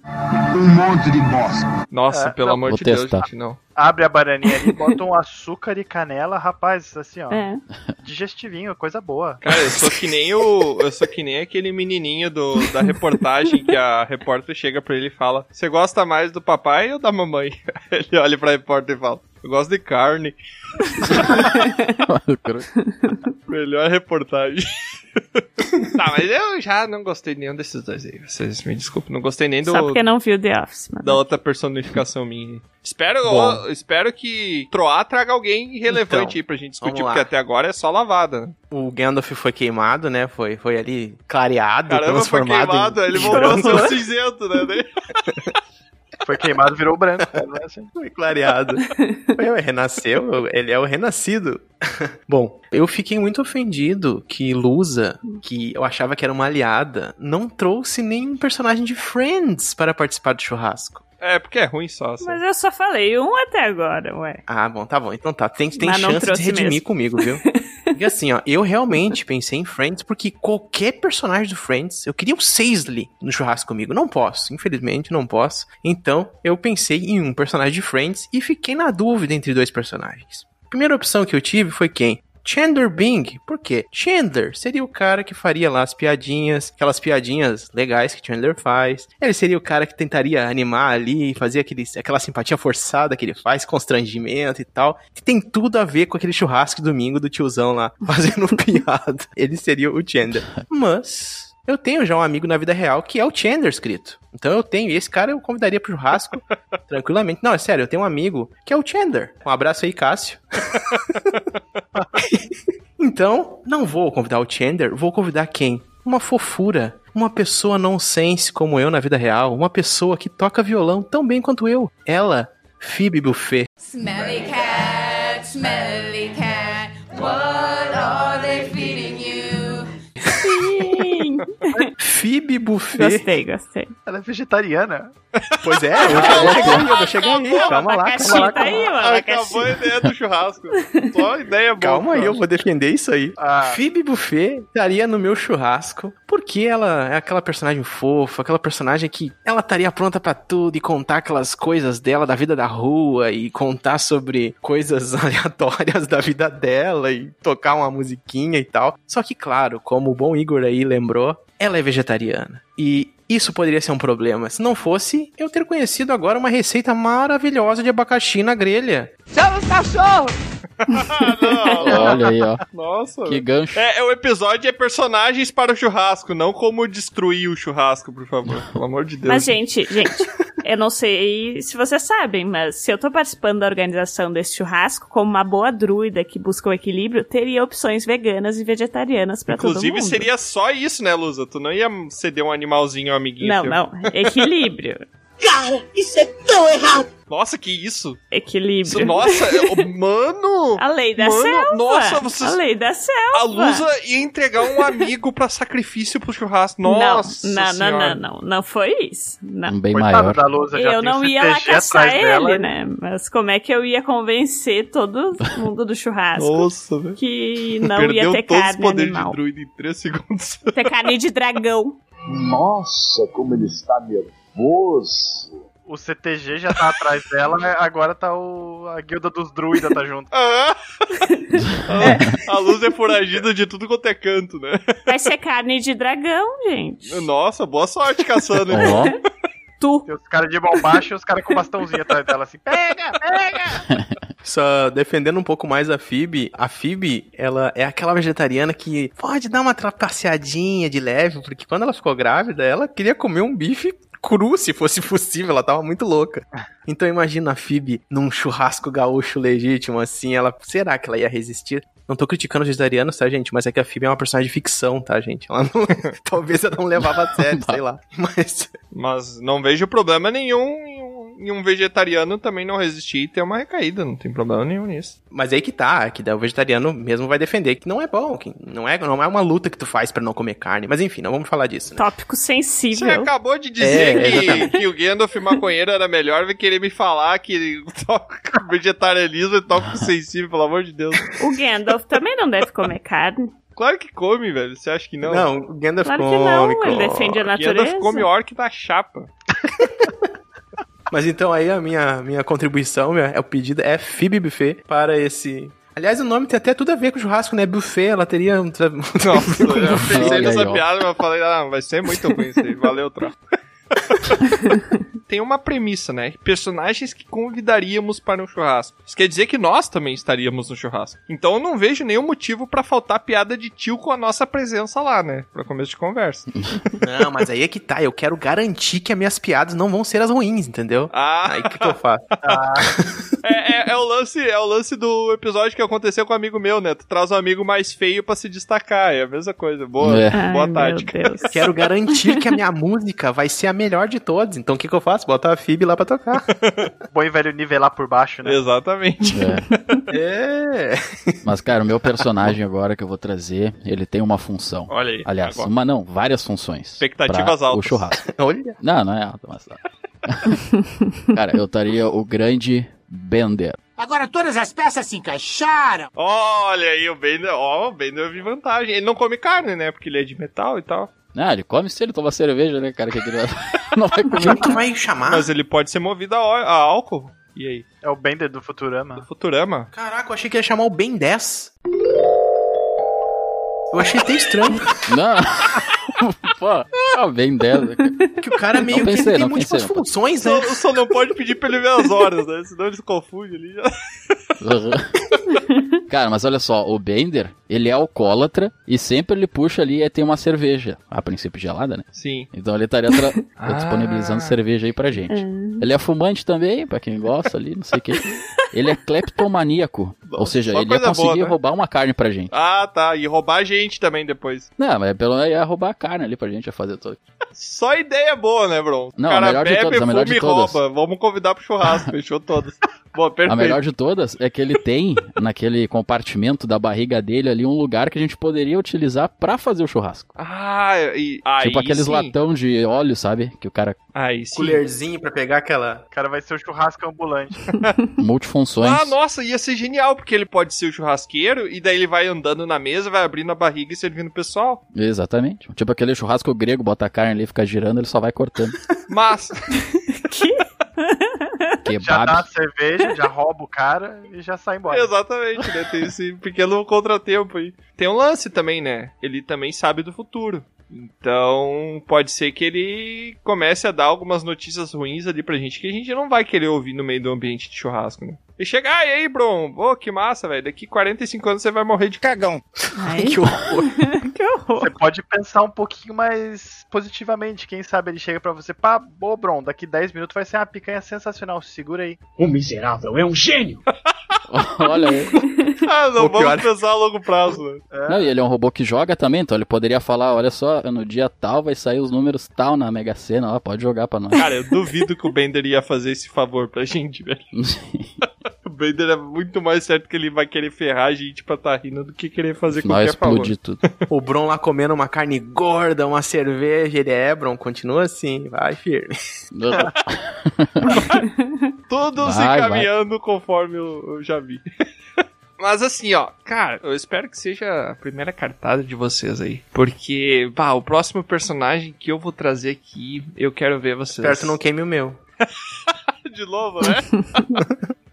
[SPEAKER 11] Um monte de bosta.
[SPEAKER 4] Nossa,
[SPEAKER 10] É,
[SPEAKER 4] pelo
[SPEAKER 10] não.
[SPEAKER 4] amor
[SPEAKER 6] Vou
[SPEAKER 4] de
[SPEAKER 6] testar.
[SPEAKER 4] Deus, gente, não.
[SPEAKER 10] Abre a bananinha ali, bota um açúcar e canela, rapaz, assim,
[SPEAKER 4] Ah.
[SPEAKER 10] ó.
[SPEAKER 7] É.
[SPEAKER 10] Digestivinho, coisa boa.
[SPEAKER 4] Cara, eu sou que nem o. Eu sou que nem aquele menininho do, da reportagem que a repórter chega pra ele e fala: Você gosta mais do papai ou da mamãe? Ele olha pra repórter e fala: Eu gosto de carne. Melhor reportagem. tá, mas eu já não gostei de nenhum desses dois aí. Vocês me desculpem, não gostei nem do.
[SPEAKER 7] Só porque não viu The Office, mano.
[SPEAKER 4] Da outra personificação minha. Espero,
[SPEAKER 2] Bom.
[SPEAKER 4] eu- espero que Troar traga alguém relevante
[SPEAKER 2] Então,
[SPEAKER 4] aí pra gente
[SPEAKER 2] vamos
[SPEAKER 4] discutir,
[SPEAKER 2] lá.
[SPEAKER 4] porque até agora é só lavada, né?
[SPEAKER 2] O Gandalf foi queimado, né? Foi, foi ali clareado,
[SPEAKER 4] Caramba, foi
[SPEAKER 2] transformado.
[SPEAKER 4] queimado,
[SPEAKER 2] em-
[SPEAKER 4] ele voltou a ser um cinzento, né? Daí-
[SPEAKER 10] Foi queimado, virou branco. cara, não é assim?
[SPEAKER 2] Foi clareado. Ué, ué, renasceu, ele é o renascido. Bom, eu fiquei muito ofendido que Lusa, que eu achava que era uma aliada, não trouxe nenhum personagem de Friends para participar do churrasco.
[SPEAKER 4] É, porque é ruim só. assim.
[SPEAKER 7] Mas eu só falei um até agora, ué.
[SPEAKER 2] Ah, bom, tá bom. Então tá, tem, tem
[SPEAKER 7] Mas não
[SPEAKER 2] chance de
[SPEAKER 7] trouxe
[SPEAKER 2] redimir
[SPEAKER 7] mesmo.
[SPEAKER 2] comigo, viu? Porque assim, ó, eu realmente pensei em Friends porque qualquer personagem do Friends, eu queria o Saisley no churrasco comigo. Não posso, infelizmente, não posso. Então, eu pensei em um personagem de Friends e fiquei na dúvida entre dois personagens. Primeira opção que eu tive foi quem? Chandler Bing, por quê? Chandler seria o cara que faria lá as piadinhas, aquelas piadinhas legais que Chandler faz. Ele seria o cara que tentaria animar ali, fazer aquele, aquela simpatia forçada que ele faz, constrangimento e tal. Que tem tudo a ver com aquele churrasco de domingo do tiozão lá, fazendo piada. Ele seria o Chandler. Mas. Eu tenho já um amigo na vida real que é o Chandler escrito. Então eu tenho, esse cara eu convidaria pro churrasco tranquilamente. Não, é sério, eu tenho um amigo que é o Chandler. Um abraço aí, Cássio. Então, não vou convidar o Chandler, vou convidar quem? Uma fofura, uma pessoa nonsense como eu na vida real, uma pessoa que toca violão tão bem quanto eu. Ela, Phoebe Buffet.
[SPEAKER 20] Smelly cat, smelly cat, what are they feeding you?
[SPEAKER 7] Sim!
[SPEAKER 2] Phoebe Buffet.
[SPEAKER 7] Gostei, gostei.
[SPEAKER 10] Ela é vegetariana.
[SPEAKER 2] Pois é, eu vou chegar aí, eu vou chegar aí. Calma lá, calma lá.
[SPEAKER 7] Tá
[SPEAKER 2] Calma,
[SPEAKER 7] aí, mano.
[SPEAKER 4] Acabou a ideia do churrasco. Só a ideia boa.
[SPEAKER 2] calma aí, eu vou defender isso aí.
[SPEAKER 10] Ah.
[SPEAKER 2] Phoebe Buffet estaria no meu churrasco, porque ela é aquela personagem fofa, aquela personagem que ela estaria pronta pra tudo e contar aquelas coisas dela da vida da rua e contar sobre coisas aleatórias da vida dela e tocar uma musiquinha e tal. Só que claro, como o bom Igor aí lembrou, ela é vegetariana e isso poderia ser um problema. Se não fosse eu ter conhecido agora uma receita maravilhosa de abacaxi na grelha.
[SPEAKER 8] Chama os cachorros!
[SPEAKER 4] Ah,
[SPEAKER 6] Olha aí, ó.
[SPEAKER 4] Nossa.
[SPEAKER 6] Que gancho.
[SPEAKER 4] É, é, o episódio é personagens para o churrasco, não como destruir o churrasco, por favor. Pelo amor de Deus.
[SPEAKER 7] Mas, gente, gente, eu não sei se vocês sabem, mas se eu tô participando da organização desse churrasco, como uma boa druida que busca o equilíbrio, teria opções veganas e vegetarianas pra tá todo mundo.
[SPEAKER 4] Inclusive, seria só isso, né, Lusa? Tu não ia ceder um animalzinho ao amiguinho.
[SPEAKER 7] Não,
[SPEAKER 4] teu.
[SPEAKER 7] não. Equilíbrio.
[SPEAKER 21] Cara, isso é tão errado!
[SPEAKER 4] Nossa, que isso?
[SPEAKER 7] Equilíbrio.
[SPEAKER 4] Isso- nossa, é- mano!
[SPEAKER 7] A lei da
[SPEAKER 4] Mano,
[SPEAKER 7] selva.
[SPEAKER 4] nossa, vocês-
[SPEAKER 7] A lei da selva.
[SPEAKER 4] A Lusa ia entregar um amigo pra sacrifício pro churrasco. Nossa
[SPEAKER 7] não, não,
[SPEAKER 4] senhora.
[SPEAKER 7] não, não, não foi isso. Não.
[SPEAKER 6] Um bem Coitada maior. da
[SPEAKER 10] Lusa, já
[SPEAKER 7] eu
[SPEAKER 10] tem
[SPEAKER 7] não
[SPEAKER 10] o
[SPEAKER 7] ia lá
[SPEAKER 10] CTG
[SPEAKER 7] caçar
[SPEAKER 10] atrás
[SPEAKER 7] ele,
[SPEAKER 10] dela.
[SPEAKER 7] né? Mas como é que eu ia convencer todo mundo do churrasco
[SPEAKER 4] Nossa, velho.
[SPEAKER 7] que não
[SPEAKER 4] Perdeu
[SPEAKER 7] ia ter
[SPEAKER 4] todos os
[SPEAKER 7] carne
[SPEAKER 4] poderes
[SPEAKER 7] animal?
[SPEAKER 4] de druida em 3 segundos.
[SPEAKER 7] Ter é carne de dragão.
[SPEAKER 22] Nossa, como ele está nervoso.
[SPEAKER 10] O CTG já tá atrás dela, né? agora tá o. A guilda dos druidas tá junto.
[SPEAKER 4] Ah, A luz é foragida de tudo quanto é canto, né?
[SPEAKER 7] Vai ser carne de dragão, gente.
[SPEAKER 4] Nossa, boa sorte caçando. hein?
[SPEAKER 7] Tu.
[SPEAKER 10] Tem os caras de mão baixa e os caras com bastãozinho atrás dela, assim. Pega, pega!
[SPEAKER 2] Só defendendo um pouco mais a Phoebe, a Phoebe, ela é aquela vegetariana que pode dar uma trapaceadinha de leve, porque quando ela ficou grávida, ela queria comer um bife cru, se fosse possível, ela tava muito louca. Então imagina a Phoebe num churrasco gaúcho legítimo, assim, ela, será que ela ia resistir? Não tô criticando os vegetarianos, tá, gente? Mas é que a Phoebe é uma personagem de ficção, tá, gente? Ela não- Talvez eu não levava a sério, sei lá. Mas...
[SPEAKER 4] Mas não vejo problema nenhum em um- em um vegetariano também não resistir e ter uma recaída, não tem problema nenhum nisso.
[SPEAKER 2] Mas aí que tá, que daí o vegetariano mesmo vai defender que não é bom, que não é, não é uma luta que tu faz pra não comer carne. Mas enfim, não vamos falar disso, né?
[SPEAKER 7] Tópico
[SPEAKER 4] Você
[SPEAKER 7] sensível.
[SPEAKER 4] acabou de dizer
[SPEAKER 2] É,
[SPEAKER 4] que,
[SPEAKER 2] exatamente.
[SPEAKER 4] que o Gandalf maconheiro era melhor, vai querer me falar que toca vegetarianismo e toca sensível, pelo amor de Deus.
[SPEAKER 7] O Gandalf também não deve comer carne.
[SPEAKER 4] Claro que come, velho. Você acha que não?
[SPEAKER 2] Não, o Gandalf
[SPEAKER 7] Claro que não, come, ele come. defende a natureza.
[SPEAKER 4] Gandalf come orc da chapa.
[SPEAKER 2] Mas então aí a minha, minha contribuição, minha, é o pedido é Fib Buffet para esse. Aliás, o nome tem até tudo a ver com churrasco, né? Buffet, ela teria. um tra-
[SPEAKER 4] Eu pensei
[SPEAKER 2] Olha
[SPEAKER 4] nessa
[SPEAKER 2] aí, ó.
[SPEAKER 4] piada, mas falei, ah, vai ser muito ruim isso aí. Valeu, Tro. Tem uma premissa, né? Personagens que convidaríamos para um churrasco. Isso quer dizer que nós também estaríamos no churrasco. Então eu não vejo nenhum motivo pra faltar piada de tio com a nossa presença lá, né? Pra começo de conversa.
[SPEAKER 2] Não, mas aí é que tá. Eu quero garantir que as minhas piadas não vão ser as ruins, entendeu?
[SPEAKER 4] Ah.
[SPEAKER 2] Aí o que, que eu faço?
[SPEAKER 4] É, é- é o lance, é o lance do episódio que aconteceu com um amigo meu, né? Tu traz um amigo mais feio pra se destacar. É a mesma coisa. Boa,
[SPEAKER 2] É.
[SPEAKER 4] boa
[SPEAKER 2] Ai, meu
[SPEAKER 4] tática.
[SPEAKER 2] Quero garantir que a minha música vai ser a melhor de todas. Então o que, que eu faço? Boto a Fib lá pra tocar.
[SPEAKER 10] Bom e velho nivelar por baixo, né?
[SPEAKER 4] Exatamente.
[SPEAKER 2] É.
[SPEAKER 6] Mas, cara, o meu personagem agora que eu vou trazer, ele tem uma função.
[SPEAKER 4] Olha aí,
[SPEAKER 6] Aliás,
[SPEAKER 4] agora.
[SPEAKER 6] uma não, várias funções.
[SPEAKER 4] Expectativas
[SPEAKER 6] pra O
[SPEAKER 4] altas.
[SPEAKER 6] churrasco.
[SPEAKER 2] Olha.
[SPEAKER 6] Não, não é alta, mas. cara, eu estaria o grande Bender.
[SPEAKER 21] Agora todas as peças se encaixaram.
[SPEAKER 4] Olha aí, o Bender, ó, o Bender eu vi vantagem. Ele não come carne, né? Porque ele é de metal e tal.
[SPEAKER 6] Ah, ele come se ele tomar cerveja, né, cara? Que ele não vai comer.
[SPEAKER 2] tu vai chamar?
[SPEAKER 4] Mas ele pode ser movido a, ó- a álcool. E aí?
[SPEAKER 10] É o Bender do Futurama. Do
[SPEAKER 4] Futurama?
[SPEAKER 2] Caraca, eu achei que ia chamar o Ben 10. Eu achei até estranho.
[SPEAKER 6] Não. Pô, tá bem dela.
[SPEAKER 2] Que o cara meio
[SPEAKER 6] Não
[SPEAKER 2] que
[SPEAKER 6] pensei,
[SPEAKER 2] ele tem
[SPEAKER 6] não
[SPEAKER 2] múltiplas
[SPEAKER 6] pensei, não.
[SPEAKER 2] funções, né?
[SPEAKER 4] Só, só não pode pedir pra ele ver as horas, né? Senão ele se confunde ali.
[SPEAKER 6] Uhum. Cara, mas olha só, o Bender, ele é alcoólatra e sempre ele puxa ali e tem uma cerveja, a princípio gelada, né?
[SPEAKER 4] Sim.
[SPEAKER 6] Então ele estaria tra- disponibilizando cerveja aí pra gente.
[SPEAKER 7] Ah.
[SPEAKER 6] Ele é fumante também, pra quem gosta ali, não sei o que. Ele é kleptomaníaco, ou seja,
[SPEAKER 4] uma
[SPEAKER 6] ele ia
[SPEAKER 4] coisa boa,
[SPEAKER 6] conseguir
[SPEAKER 4] né?
[SPEAKER 6] roubar uma carne pra gente.
[SPEAKER 4] Ah, tá. E roubar a gente também depois.
[SPEAKER 6] Não, mas pelo menos ia roubar a carne ali pra gente, ia fazer tudo.
[SPEAKER 4] Só ideia boa, né, Bron?
[SPEAKER 6] Não,
[SPEAKER 4] o
[SPEAKER 6] a
[SPEAKER 4] cara
[SPEAKER 6] melhor de
[SPEAKER 4] bebe,
[SPEAKER 6] todas, a melhor
[SPEAKER 4] fuma
[SPEAKER 6] de
[SPEAKER 4] e
[SPEAKER 6] todas.
[SPEAKER 4] rouba. Vamos convidar pro churrasco, fechou todas. Boa, perfeito.
[SPEAKER 6] A melhor de todas é que ele tem, naquele compartimento da barriga dele ali, um lugar que a gente poderia utilizar pra fazer o churrasco.
[SPEAKER 4] Ah, e, aí
[SPEAKER 6] tipo aqueles
[SPEAKER 4] sim.
[SPEAKER 6] latão de óleo, sabe? Que o cara
[SPEAKER 4] Aí sim.
[SPEAKER 2] Colherzinho pra pegar aquela.
[SPEAKER 10] O cara vai ser o churrasco ambulante.
[SPEAKER 6] multifunções.
[SPEAKER 4] Ah, nossa, ia ser genial, porque ele pode ser o churrasqueiro, e daí ele vai andando na mesa, vai abrindo a barriga e servindo o pessoal.
[SPEAKER 6] Exatamente. Tipo aquele churrasco grego, bota a carne ali, fica girando, ele só vai cortando.
[SPEAKER 4] Mas,
[SPEAKER 10] Já dá a
[SPEAKER 6] Kebab.
[SPEAKER 10] cerveja, já rouba o cara e já sai embora.
[SPEAKER 4] exatamente, né? Tem esse pequeno contratempo aí. Tem um lance também, né? Ele também sabe do futuro. Então, pode ser que ele comece a dar algumas notícias ruins ali pra gente que a gente não vai querer ouvir no meio do ambiente de churrasco, né? E chega, ah, e aí, Bron? Ô, que massa, velho. Daqui 45 anos você vai morrer de cagão.
[SPEAKER 10] Que horror. Você pode pensar um pouquinho mais positivamente. Quem sabe ele chega pra você, pá, ô Bron, daqui 10 minutos vai ser uma picanha sensacional, segura aí.
[SPEAKER 19] O miserável é um gênio!
[SPEAKER 4] tá.
[SPEAKER 6] Olha aí.
[SPEAKER 4] Ah, não
[SPEAKER 6] O
[SPEAKER 4] vamos
[SPEAKER 6] pior é-
[SPEAKER 4] pensar a longo prazo, né?
[SPEAKER 6] Não, e ele é um robô que joga também, então ele poderia falar, olha só, no dia tal vai sair os números tal na Mega Sena, ó, pode jogar pra nós.
[SPEAKER 4] Cara, eu duvido que o Bender ia fazer esse favor pra gente, velho. o Bender é muito mais certo que ele vai querer ferrar a gente pra tá rindo do que querer fazer
[SPEAKER 6] Vai
[SPEAKER 4] qualquer favor.
[SPEAKER 6] explodir tudo.
[SPEAKER 2] O Bron lá comendo uma carne gorda, uma cerveja, ele é, Bron, continua assim, vai firme.
[SPEAKER 4] Tudo se
[SPEAKER 2] Vai,
[SPEAKER 4] encaminhando conforme eu, eu já vi. Mas assim, ó, cara, eu espero que seja a primeira cartada de vocês aí. Porque, pá, o próximo personagem que eu vou trazer aqui, eu quero ver vocês.
[SPEAKER 2] Espero que não queime o meu.
[SPEAKER 4] de novo, né?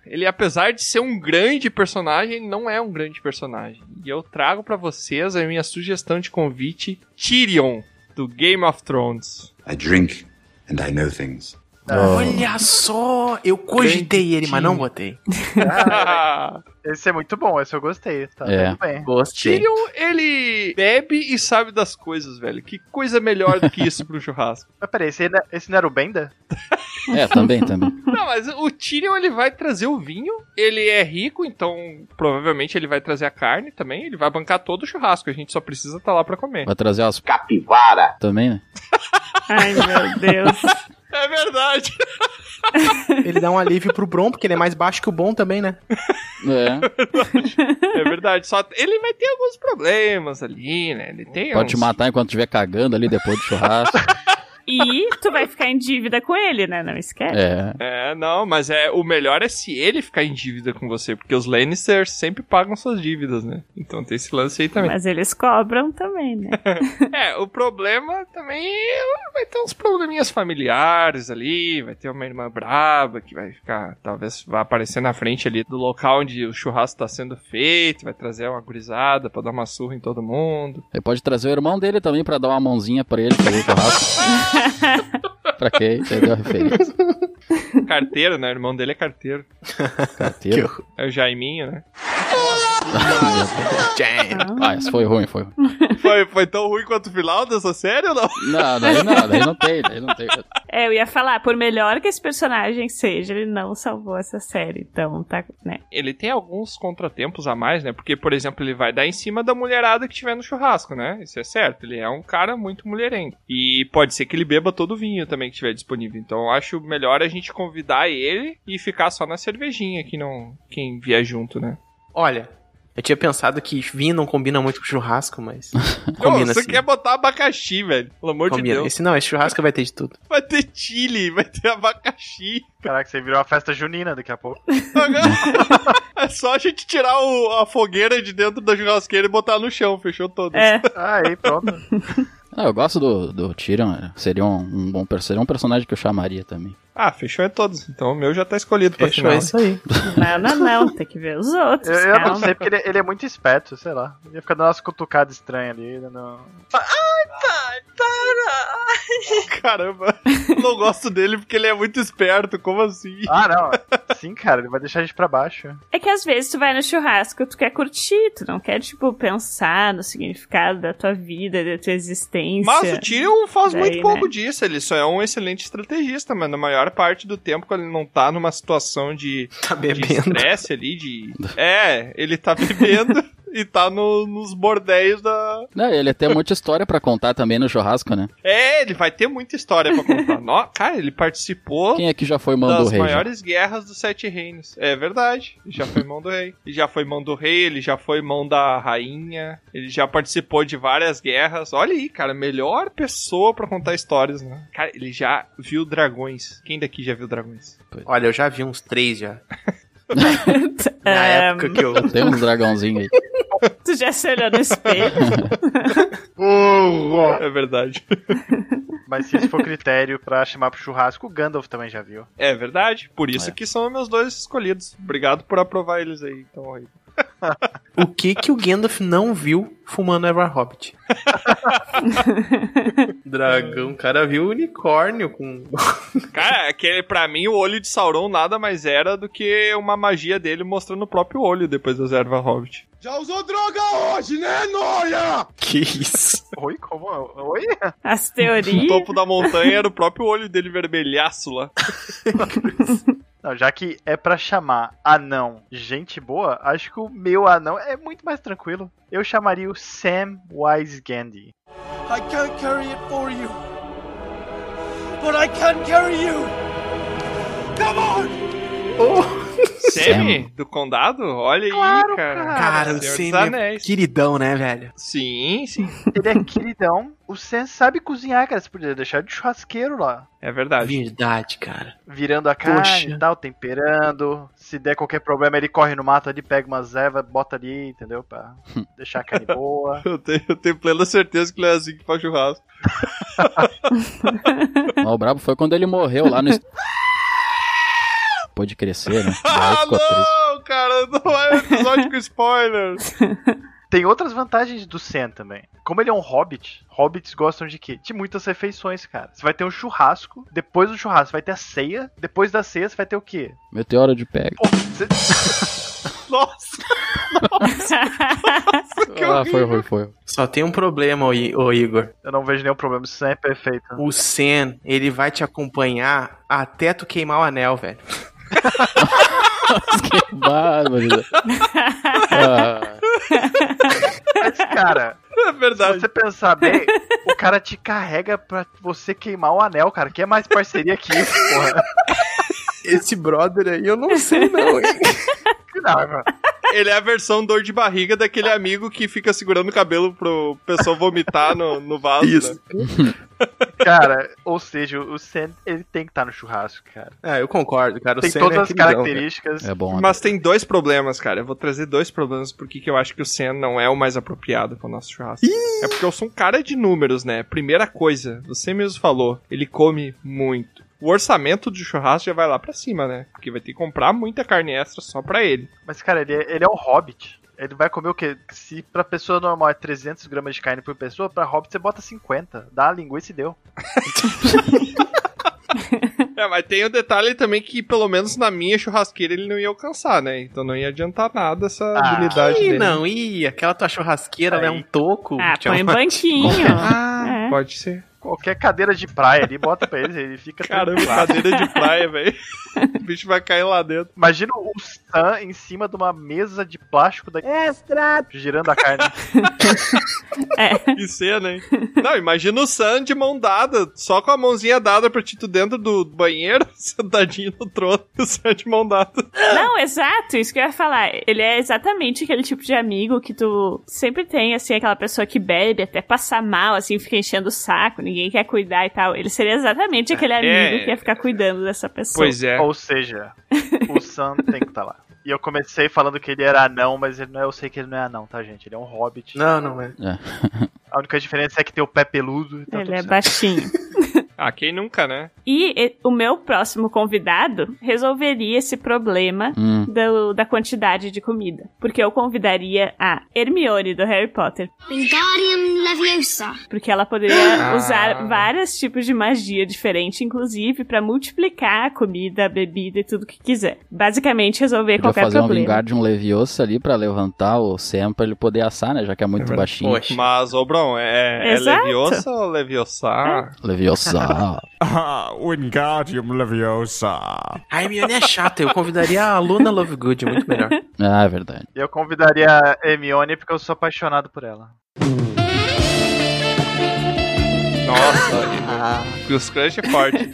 [SPEAKER 4] Ele, apesar de ser um grande personagem, ele não é um grande personagem. E eu trago pra vocês a minha sugestão de convite: Tyrion, do Game of Thrones.
[SPEAKER 13] I drink and I know things.
[SPEAKER 2] Ah. Olha só, eu cogitei ele, mas não botei.
[SPEAKER 10] Ah, esse é muito bom, esse eu gostei. Tá
[SPEAKER 2] É.
[SPEAKER 10] muito bem.
[SPEAKER 2] Gostei.
[SPEAKER 4] Tyrion, ele bebe e sabe das coisas, velho. Que coisa melhor do que isso pro churrasco.
[SPEAKER 10] Mas peraí, esse, ainda- esse não era o Benda?
[SPEAKER 6] É, também, também.
[SPEAKER 4] Não, mas o Tyrion ele vai trazer o vinho, ele é rico, então provavelmente ele vai trazer a carne também, ele vai bancar todo o churrasco, a gente só precisa estar lá pra comer.
[SPEAKER 6] Vai trazer umas capivara também, né?
[SPEAKER 7] Ai, meu Deus.
[SPEAKER 4] É verdade.
[SPEAKER 2] Ele dá um alívio pro Bron, porque ele é mais baixo que o Bron também, né?
[SPEAKER 6] É.
[SPEAKER 4] É verdade, só ele vai ter alguns problemas ali, né? Ele tem
[SPEAKER 6] Pode te
[SPEAKER 4] uns...
[SPEAKER 6] matar enquanto estiver cagando ali depois do churrasco.
[SPEAKER 7] E tu vai ficar em dívida com ele, né? Não esquece.
[SPEAKER 6] É.
[SPEAKER 4] É, não, mas é o melhor é se ele ficar em dívida com você, porque os Lannisters sempre pagam suas dívidas, né? Então tem esse lance aí também.
[SPEAKER 7] Mas eles cobram também, né?
[SPEAKER 4] É, o problema também é- vai ter uns probleminhas familiares ali, vai ter uma irmã braba que vai ficar, talvez vai aparecer na frente ali do local onde o churrasco tá sendo feito, vai trazer uma gurizada pra dar uma surra em todo mundo.
[SPEAKER 6] Ele pode trazer o irmão dele também pra dar uma mãozinha pra ele fazer o churrasco. pra quem entendeu a referência?
[SPEAKER 4] Carteiro, né? O irmão dele é carteiro.
[SPEAKER 6] Carteiro? Que horror.
[SPEAKER 4] É o Jaiminho, né?
[SPEAKER 6] Tá,
[SPEAKER 7] Então,
[SPEAKER 6] ah, essa foi ruim, foi ruim.
[SPEAKER 4] Foi, foi tão ruim quanto o final dessa série ou não?
[SPEAKER 6] Não, daí não, daí não tem, daí não tem.
[SPEAKER 7] É, eu ia falar, por melhor que esse personagem seja, ele não salvou essa série, então tá, né?
[SPEAKER 4] Ele tem alguns contratempos a mais, né? Porque, por exemplo, ele vai dar em cima da mulherada que tiver no churrasco, né? Isso é certo. Ele é um cara muito mulherengo. E pode ser que ele beba todo o vinho também que tiver disponível. Então, eu acho melhor a gente convidar ele e ficar só na cervejinha, que não quem vier junto, né?
[SPEAKER 2] Olha, eu tinha pensado que vinho não combina muito com churrasco, mas combina
[SPEAKER 4] você
[SPEAKER 2] sim.
[SPEAKER 4] quer botar abacaxi, velho. Pelo amor de
[SPEAKER 2] Combina.
[SPEAKER 4] Deus.
[SPEAKER 2] Esse não, esse churrasco vai ter de tudo.
[SPEAKER 4] Vai ter chile, vai ter abacaxi.
[SPEAKER 10] Caraca, você virou uma festa junina daqui a pouco.
[SPEAKER 4] É só a gente tirar o- a fogueira de dentro da churrasqueira e botar no chão, fechou todas.
[SPEAKER 7] É.
[SPEAKER 10] Aí, pronto.
[SPEAKER 6] Não, Ah, eu gosto do, do Tyrion, seria um, um bom per- seria um personagem que eu chamaria também.
[SPEAKER 4] Ah, fechou é todos. Então o meu já tá escolhido pra
[SPEAKER 2] Fechou,
[SPEAKER 4] final.
[SPEAKER 2] é isso aí.
[SPEAKER 7] Não, não, não, tem que ver os outros.
[SPEAKER 10] Eu, eu não
[SPEAKER 7] calma.
[SPEAKER 10] sei, porque ele, ele é muito esperto, sei lá. Ele ia ficar dando umas cutucadas estranhas ali. Dando...
[SPEAKER 4] Caramba, não gosto dele porque ele é muito esperto, como assim?
[SPEAKER 10] Ah, não. Sim, cara, ele vai deixar a gente pra baixo.
[SPEAKER 7] É que às vezes tu vai no churrasco, tu quer curtir, tu não quer, tipo, pensar no significado da tua vida, da tua existência.
[SPEAKER 4] Mas o Tyrion faz
[SPEAKER 7] é Daí,
[SPEAKER 4] muito pouco
[SPEAKER 7] né?
[SPEAKER 4] disso, ele só é um excelente estrategista, mas na maior parte do tempo, quando ele não tá numa situação de
[SPEAKER 2] Tá
[SPEAKER 4] de estresse ali, de. É, ele tá bebendo e tá no- nos bordéis da.
[SPEAKER 6] Não, ele tem muita história pra contar também no churrasco, né?
[SPEAKER 4] É, ele vai ter muita história pra contar. No- Cara, ele participou
[SPEAKER 6] Quem é que já foi mão do
[SPEAKER 4] das
[SPEAKER 6] rei? já?
[SPEAKER 4] maiores guerras dos Sete Reinos. É verdade. Ele já foi mão do rei. Ele já foi mão do rei, ele já foi mão da rainha. Ele já participou de várias guerras. Olha aí, cara, melhor pessoa pra contar histórias, né? Cara, ele já viu dragões. Quem daqui já viu dragões?
[SPEAKER 2] Olha, eu já vi uns três já.
[SPEAKER 7] Ah,
[SPEAKER 2] Na época que eu.
[SPEAKER 6] Tem uns dragãozinhos aí.
[SPEAKER 7] Tu já se olhou no espelho.
[SPEAKER 4] É verdade.
[SPEAKER 10] Mas se isso for critério pra chamar pro churrasco, o Gandalf também já viu.
[SPEAKER 4] É verdade. Por isso
[SPEAKER 10] É.
[SPEAKER 4] que são meus dois escolhidos. Obrigado por aprovar eles aí. Então aí.
[SPEAKER 2] o que que o Gandalf não viu fumando Ever Hobbit? Dragão, o cara viu o unicórnio com.
[SPEAKER 4] Cara, aquele, pra mim o olho de Sauron nada mais era do que uma magia dele mostrando o próprio olho depois das ervas Hobbit.
[SPEAKER 23] Já usou droga hoje, né, Noia?
[SPEAKER 2] Que isso?
[SPEAKER 10] Oi, como? Oi?
[SPEAKER 7] As teorias.
[SPEAKER 4] O topo da montanha era o próprio olho dele vermelhaço lá.
[SPEAKER 10] Não, já que é pra chamar anão gente boa, acho que o meu anão é muito mais tranquilo. Eu chamaria o Sam Wise Gandhi.
[SPEAKER 23] I can't carry it for you. But I can carry you. Come on!
[SPEAKER 4] Semi do condado? Olha aí,
[SPEAKER 10] Claro,
[SPEAKER 4] cara.
[SPEAKER 10] cara.
[SPEAKER 2] Cara, o
[SPEAKER 4] Senhor dos
[SPEAKER 2] Sam é
[SPEAKER 4] Anéis.
[SPEAKER 2] queridão, né, velho?
[SPEAKER 4] Sim, sim.
[SPEAKER 10] Ele é queridão. O Sam sabe cozinhar, cara. Você poderia deixar de churrasqueiro lá.
[SPEAKER 4] É verdade.
[SPEAKER 2] Verdade, cara.
[SPEAKER 10] Virando a carne
[SPEAKER 2] Poxa.
[SPEAKER 10] e tal, temperando. Se der qualquer problema, ele corre no mato ali, pega umas ervas, bota ali, entendeu? Pra deixar a carne boa.
[SPEAKER 4] Eu tenho, eu tenho plena certeza que ele é assim que faz churrasco.
[SPEAKER 6] Mas o brabo foi quando ele morreu lá no. es- Pode crescer, né? Daí ficou triste.
[SPEAKER 4] Ah, Não, cara, não é um episódio com spoiler.
[SPEAKER 10] Tem outras vantagens do Sam também. Como ele é um hobbit, hobbits gostam de quê? De muitas refeições, cara. Você vai ter um churrasco, depois do churrasco vai ter a ceia, depois da ceia você vai ter o quê?
[SPEAKER 6] Meteoro de pega.
[SPEAKER 10] Pô, você...
[SPEAKER 4] Nossa!
[SPEAKER 6] Ah, foi, foi, foi.
[SPEAKER 2] Só tem um problema, ô I- ô Igor.
[SPEAKER 10] Eu não vejo nenhum problema, o Sam é perfeito.
[SPEAKER 2] O Sen, ele vai te acompanhar até tu queimar o anel, velho.
[SPEAKER 6] Que bárbaro. Ah,
[SPEAKER 10] Mas, cara,
[SPEAKER 4] É verdade.
[SPEAKER 10] se você pensar bem, o cara te carrega pra você queimar o anel, cara. Que é mais parceria que isso, porra.
[SPEAKER 2] Esse brother aí, eu não sei não, hein?
[SPEAKER 10] Que dá, mano.
[SPEAKER 4] Ele é a versão dor de barriga daquele amigo que fica segurando o cabelo pro pessoal vomitar no, no vaso.
[SPEAKER 2] Isso.
[SPEAKER 4] né?
[SPEAKER 10] Cara, ou seja, o Sam, ele tem que estar no churrasco, cara.
[SPEAKER 2] É, eu concordo, cara. O
[SPEAKER 10] Tem
[SPEAKER 2] Sen
[SPEAKER 10] todas
[SPEAKER 2] é
[SPEAKER 10] as
[SPEAKER 2] queridão,
[SPEAKER 10] características.
[SPEAKER 6] é bom.
[SPEAKER 4] Mas tem dois problemas, cara. Eu vou trazer dois problemas porque que eu acho que o Senna não é o mais apropriado para o nosso churrasco. É porque eu sou um cara de números, né? Primeira coisa, você mesmo falou, ele come muito. O orçamento do churrasco já vai lá pra cima, né? Porque vai ter que comprar muita carne extra só pra ele.
[SPEAKER 10] Mas, cara, ele é, ele é um hobbit. Ele vai comer o quê? Se pra pessoa normal é 300 gramas de carne por pessoa, pra hobbit você bota 50. Dá a linguiça e deu.
[SPEAKER 4] É, mas tem o detalhe também que, pelo menos na minha churrasqueira, ele não ia alcançar, né? Então não ia adiantar nada essa
[SPEAKER 10] Ah,
[SPEAKER 4] habilidade
[SPEAKER 2] Ih,
[SPEAKER 4] dele.
[SPEAKER 2] não, ih, aquela tua churrasqueira, ela é um toco.
[SPEAKER 7] Ah,
[SPEAKER 2] Tchau.
[SPEAKER 7] põe banquinho.
[SPEAKER 4] Ah,
[SPEAKER 7] É.
[SPEAKER 4] pode ser.
[SPEAKER 10] Qualquer cadeira de praia ali, bota pra ele, ele fica
[SPEAKER 4] Caramba,
[SPEAKER 10] tranquilo.
[SPEAKER 4] cadeira de praia, velho. O bicho vai cair lá dentro.
[SPEAKER 10] Imagina o Sam em cima de uma mesa de plástico da...
[SPEAKER 8] Extra!
[SPEAKER 10] girando a carne.
[SPEAKER 4] Que cena, hein? Não, imagina o Sam de mão dada, só com a mãozinha dada pra Tito dentro do banheiro, sentadinho no trono, e o Sam de mão dada.
[SPEAKER 7] Não, exato, isso que eu ia falar. Ele é exatamente aquele tipo de amigo que tu sempre tem, assim, aquela pessoa que bebe até passar mal, assim, fica enchendo o saco, ninguém quer cuidar e tal. Ele seria exatamente aquele amigo que ia ficar cuidando dessa pessoa.
[SPEAKER 4] é.
[SPEAKER 10] Ou seja, o Sam tem que estar lá. E eu comecei falando que ele era anão, mas ele não é, eu sei que ele não é anão, tá, gente? Ele é um hobbit.
[SPEAKER 2] Não, não é.
[SPEAKER 10] A única diferença é que tem o pé peludo. Então
[SPEAKER 7] Ele
[SPEAKER 10] tudo
[SPEAKER 7] é
[SPEAKER 10] certo.
[SPEAKER 7] baixinho.
[SPEAKER 4] Ah, quem nunca, né?
[SPEAKER 7] E e- o meu próximo convidado resolveria esse problema
[SPEAKER 6] Hum.
[SPEAKER 7] do- da quantidade de comida. Porque eu convidaria a Hermione do Harry Potter.
[SPEAKER 20] Wingardium Leviosa.
[SPEAKER 7] Porque ela poderia
[SPEAKER 4] Ah.
[SPEAKER 7] usar vários tipos de magia diferente, inclusive, pra multiplicar a comida, a bebida e tudo que quiser. Basicamente, resolver
[SPEAKER 6] Podia
[SPEAKER 7] qualquer
[SPEAKER 6] fazer um
[SPEAKER 7] problema.
[SPEAKER 6] vingar de um Leviosa ali pra levantar o Sam pra ele poder assar, né? Já que é muito baixinho.
[SPEAKER 2] Poxa.
[SPEAKER 4] Mas, ô, Brão, é, é
[SPEAKER 7] Exato.
[SPEAKER 4] Leviosa ou Leviosa?
[SPEAKER 6] É. Leviosa.
[SPEAKER 11] Ah, Wingardium Leviosa.
[SPEAKER 2] A Hermione é chata, eu convidaria a Luna Lovegood, muito melhor.
[SPEAKER 6] ah, é verdade.
[SPEAKER 10] E eu convidaria a Hermione porque eu sou apaixonado por ela.
[SPEAKER 4] Nossa, que os crush é forte.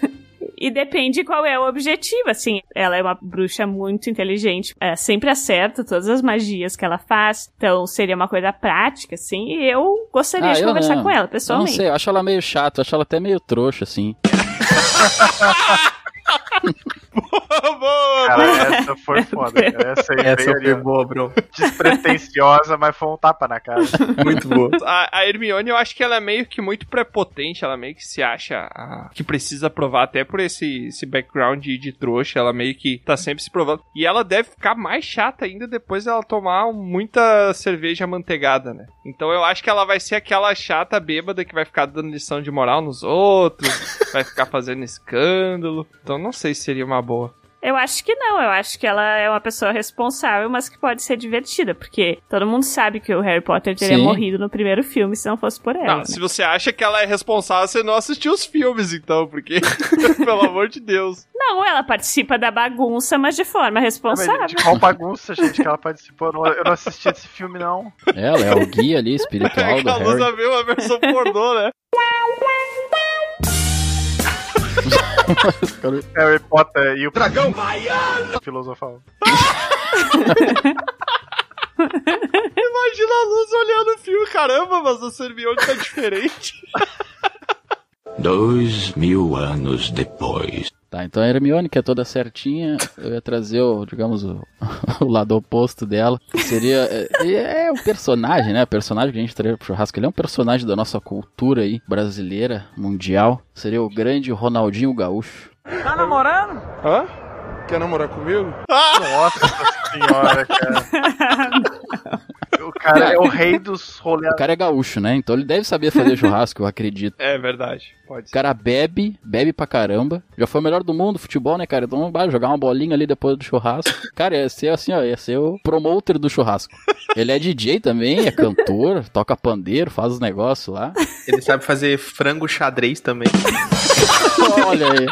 [SPEAKER 7] E depende qual é o objetivo, assim. Ela é uma bruxa muito inteligente, é, sempre acerta todas as magias que ela faz. Então, seria uma coisa prática, assim. E eu gostaria
[SPEAKER 6] Ah,
[SPEAKER 7] de
[SPEAKER 6] eu
[SPEAKER 7] conversar
[SPEAKER 6] não.
[SPEAKER 7] com ela,
[SPEAKER 6] Eu não
[SPEAKER 7] pessoalmente.
[SPEAKER 6] sei, eu acho ela meio chata, eu acho ela até meio trouxa, assim.
[SPEAKER 4] boa,
[SPEAKER 10] Cara, essa foi foda. Cara. Essa,
[SPEAKER 9] É
[SPEAKER 10] aí
[SPEAKER 2] Essa
[SPEAKER 10] veio ali,
[SPEAKER 2] foi
[SPEAKER 10] ó,
[SPEAKER 2] boa, bro.
[SPEAKER 10] Despretensiosa, mas foi um tapa na cara.
[SPEAKER 2] Muito boa.
[SPEAKER 4] A, a Hermione, eu acho que ela é meio que muito prepotente, ela meio que se acha a- que precisa provar, até por esse, esse background de, de trouxa, ela meio que tá sempre se provando. E ela deve ficar mais chata ainda depois dela tomar um, muita cerveja manteigada, né? Então eu acho que ela vai ser aquela chata bêbada que vai ficar dando lição de moral nos outros, vai ficar fazendo escândalo. Então não sei se seria uma boa.
[SPEAKER 7] Eu acho que não, eu acho que ela é uma pessoa responsável, mas que pode ser divertida, porque todo mundo sabe que o Harry Potter teria
[SPEAKER 4] Sim.
[SPEAKER 7] morrido no primeiro filme se não fosse por ela.
[SPEAKER 4] Não,
[SPEAKER 7] né?
[SPEAKER 4] se você acha que ela é responsável, você não assistiu os filmes, então, porque, pelo amor de Deus.
[SPEAKER 7] Não, ela participa da bagunça, mas de forma responsável.
[SPEAKER 10] De qual bagunça, gente, que ela participou? Eu não- Eu não assisti esse filme, não.
[SPEAKER 6] Ela é o guia ali espiritual do
[SPEAKER 4] Ela usa
[SPEAKER 6] Harry.
[SPEAKER 4] mesmo a versão pornô, né?
[SPEAKER 10] Harry Potter e o Dragão Baiano! Filosofal.
[SPEAKER 4] Imagina a luz olhando o filme, caramba, mas a Hermione tá diferente.
[SPEAKER 13] Dois mil anos depois.
[SPEAKER 6] Tá, então a Hermione, que é toda certinha, eu ia trazer o, digamos, o, o lado oposto dela. que Seria. É, é o personagem, né? O personagem que a gente traria pro churrasco. Ele é um personagem da nossa cultura aí, brasileira, mundial. Seria o grande Ronaldinho Gaúcho.
[SPEAKER 23] Tá namorando? Hã? Quer namorar comigo?
[SPEAKER 10] Nossa senhora, cara. O cara é o rei dos rolês.
[SPEAKER 6] O cara é gaúcho, né? Então ele deve saber fazer churrasco, eu acredito.
[SPEAKER 4] É verdade, pode
[SPEAKER 6] O cara bebe, bebe pra caramba. Já foi o melhor do mundo, futebol, né, cara? Então vai jogar uma bolinha ali depois do churrasco. Cara, ia ser assim, ó, ia ser o promoter do churrasco. Ele é DJ também, é cantor, toca pandeiro, faz os negócios lá.
[SPEAKER 2] Ele sabe fazer frango xadrez também.
[SPEAKER 6] Olha aí.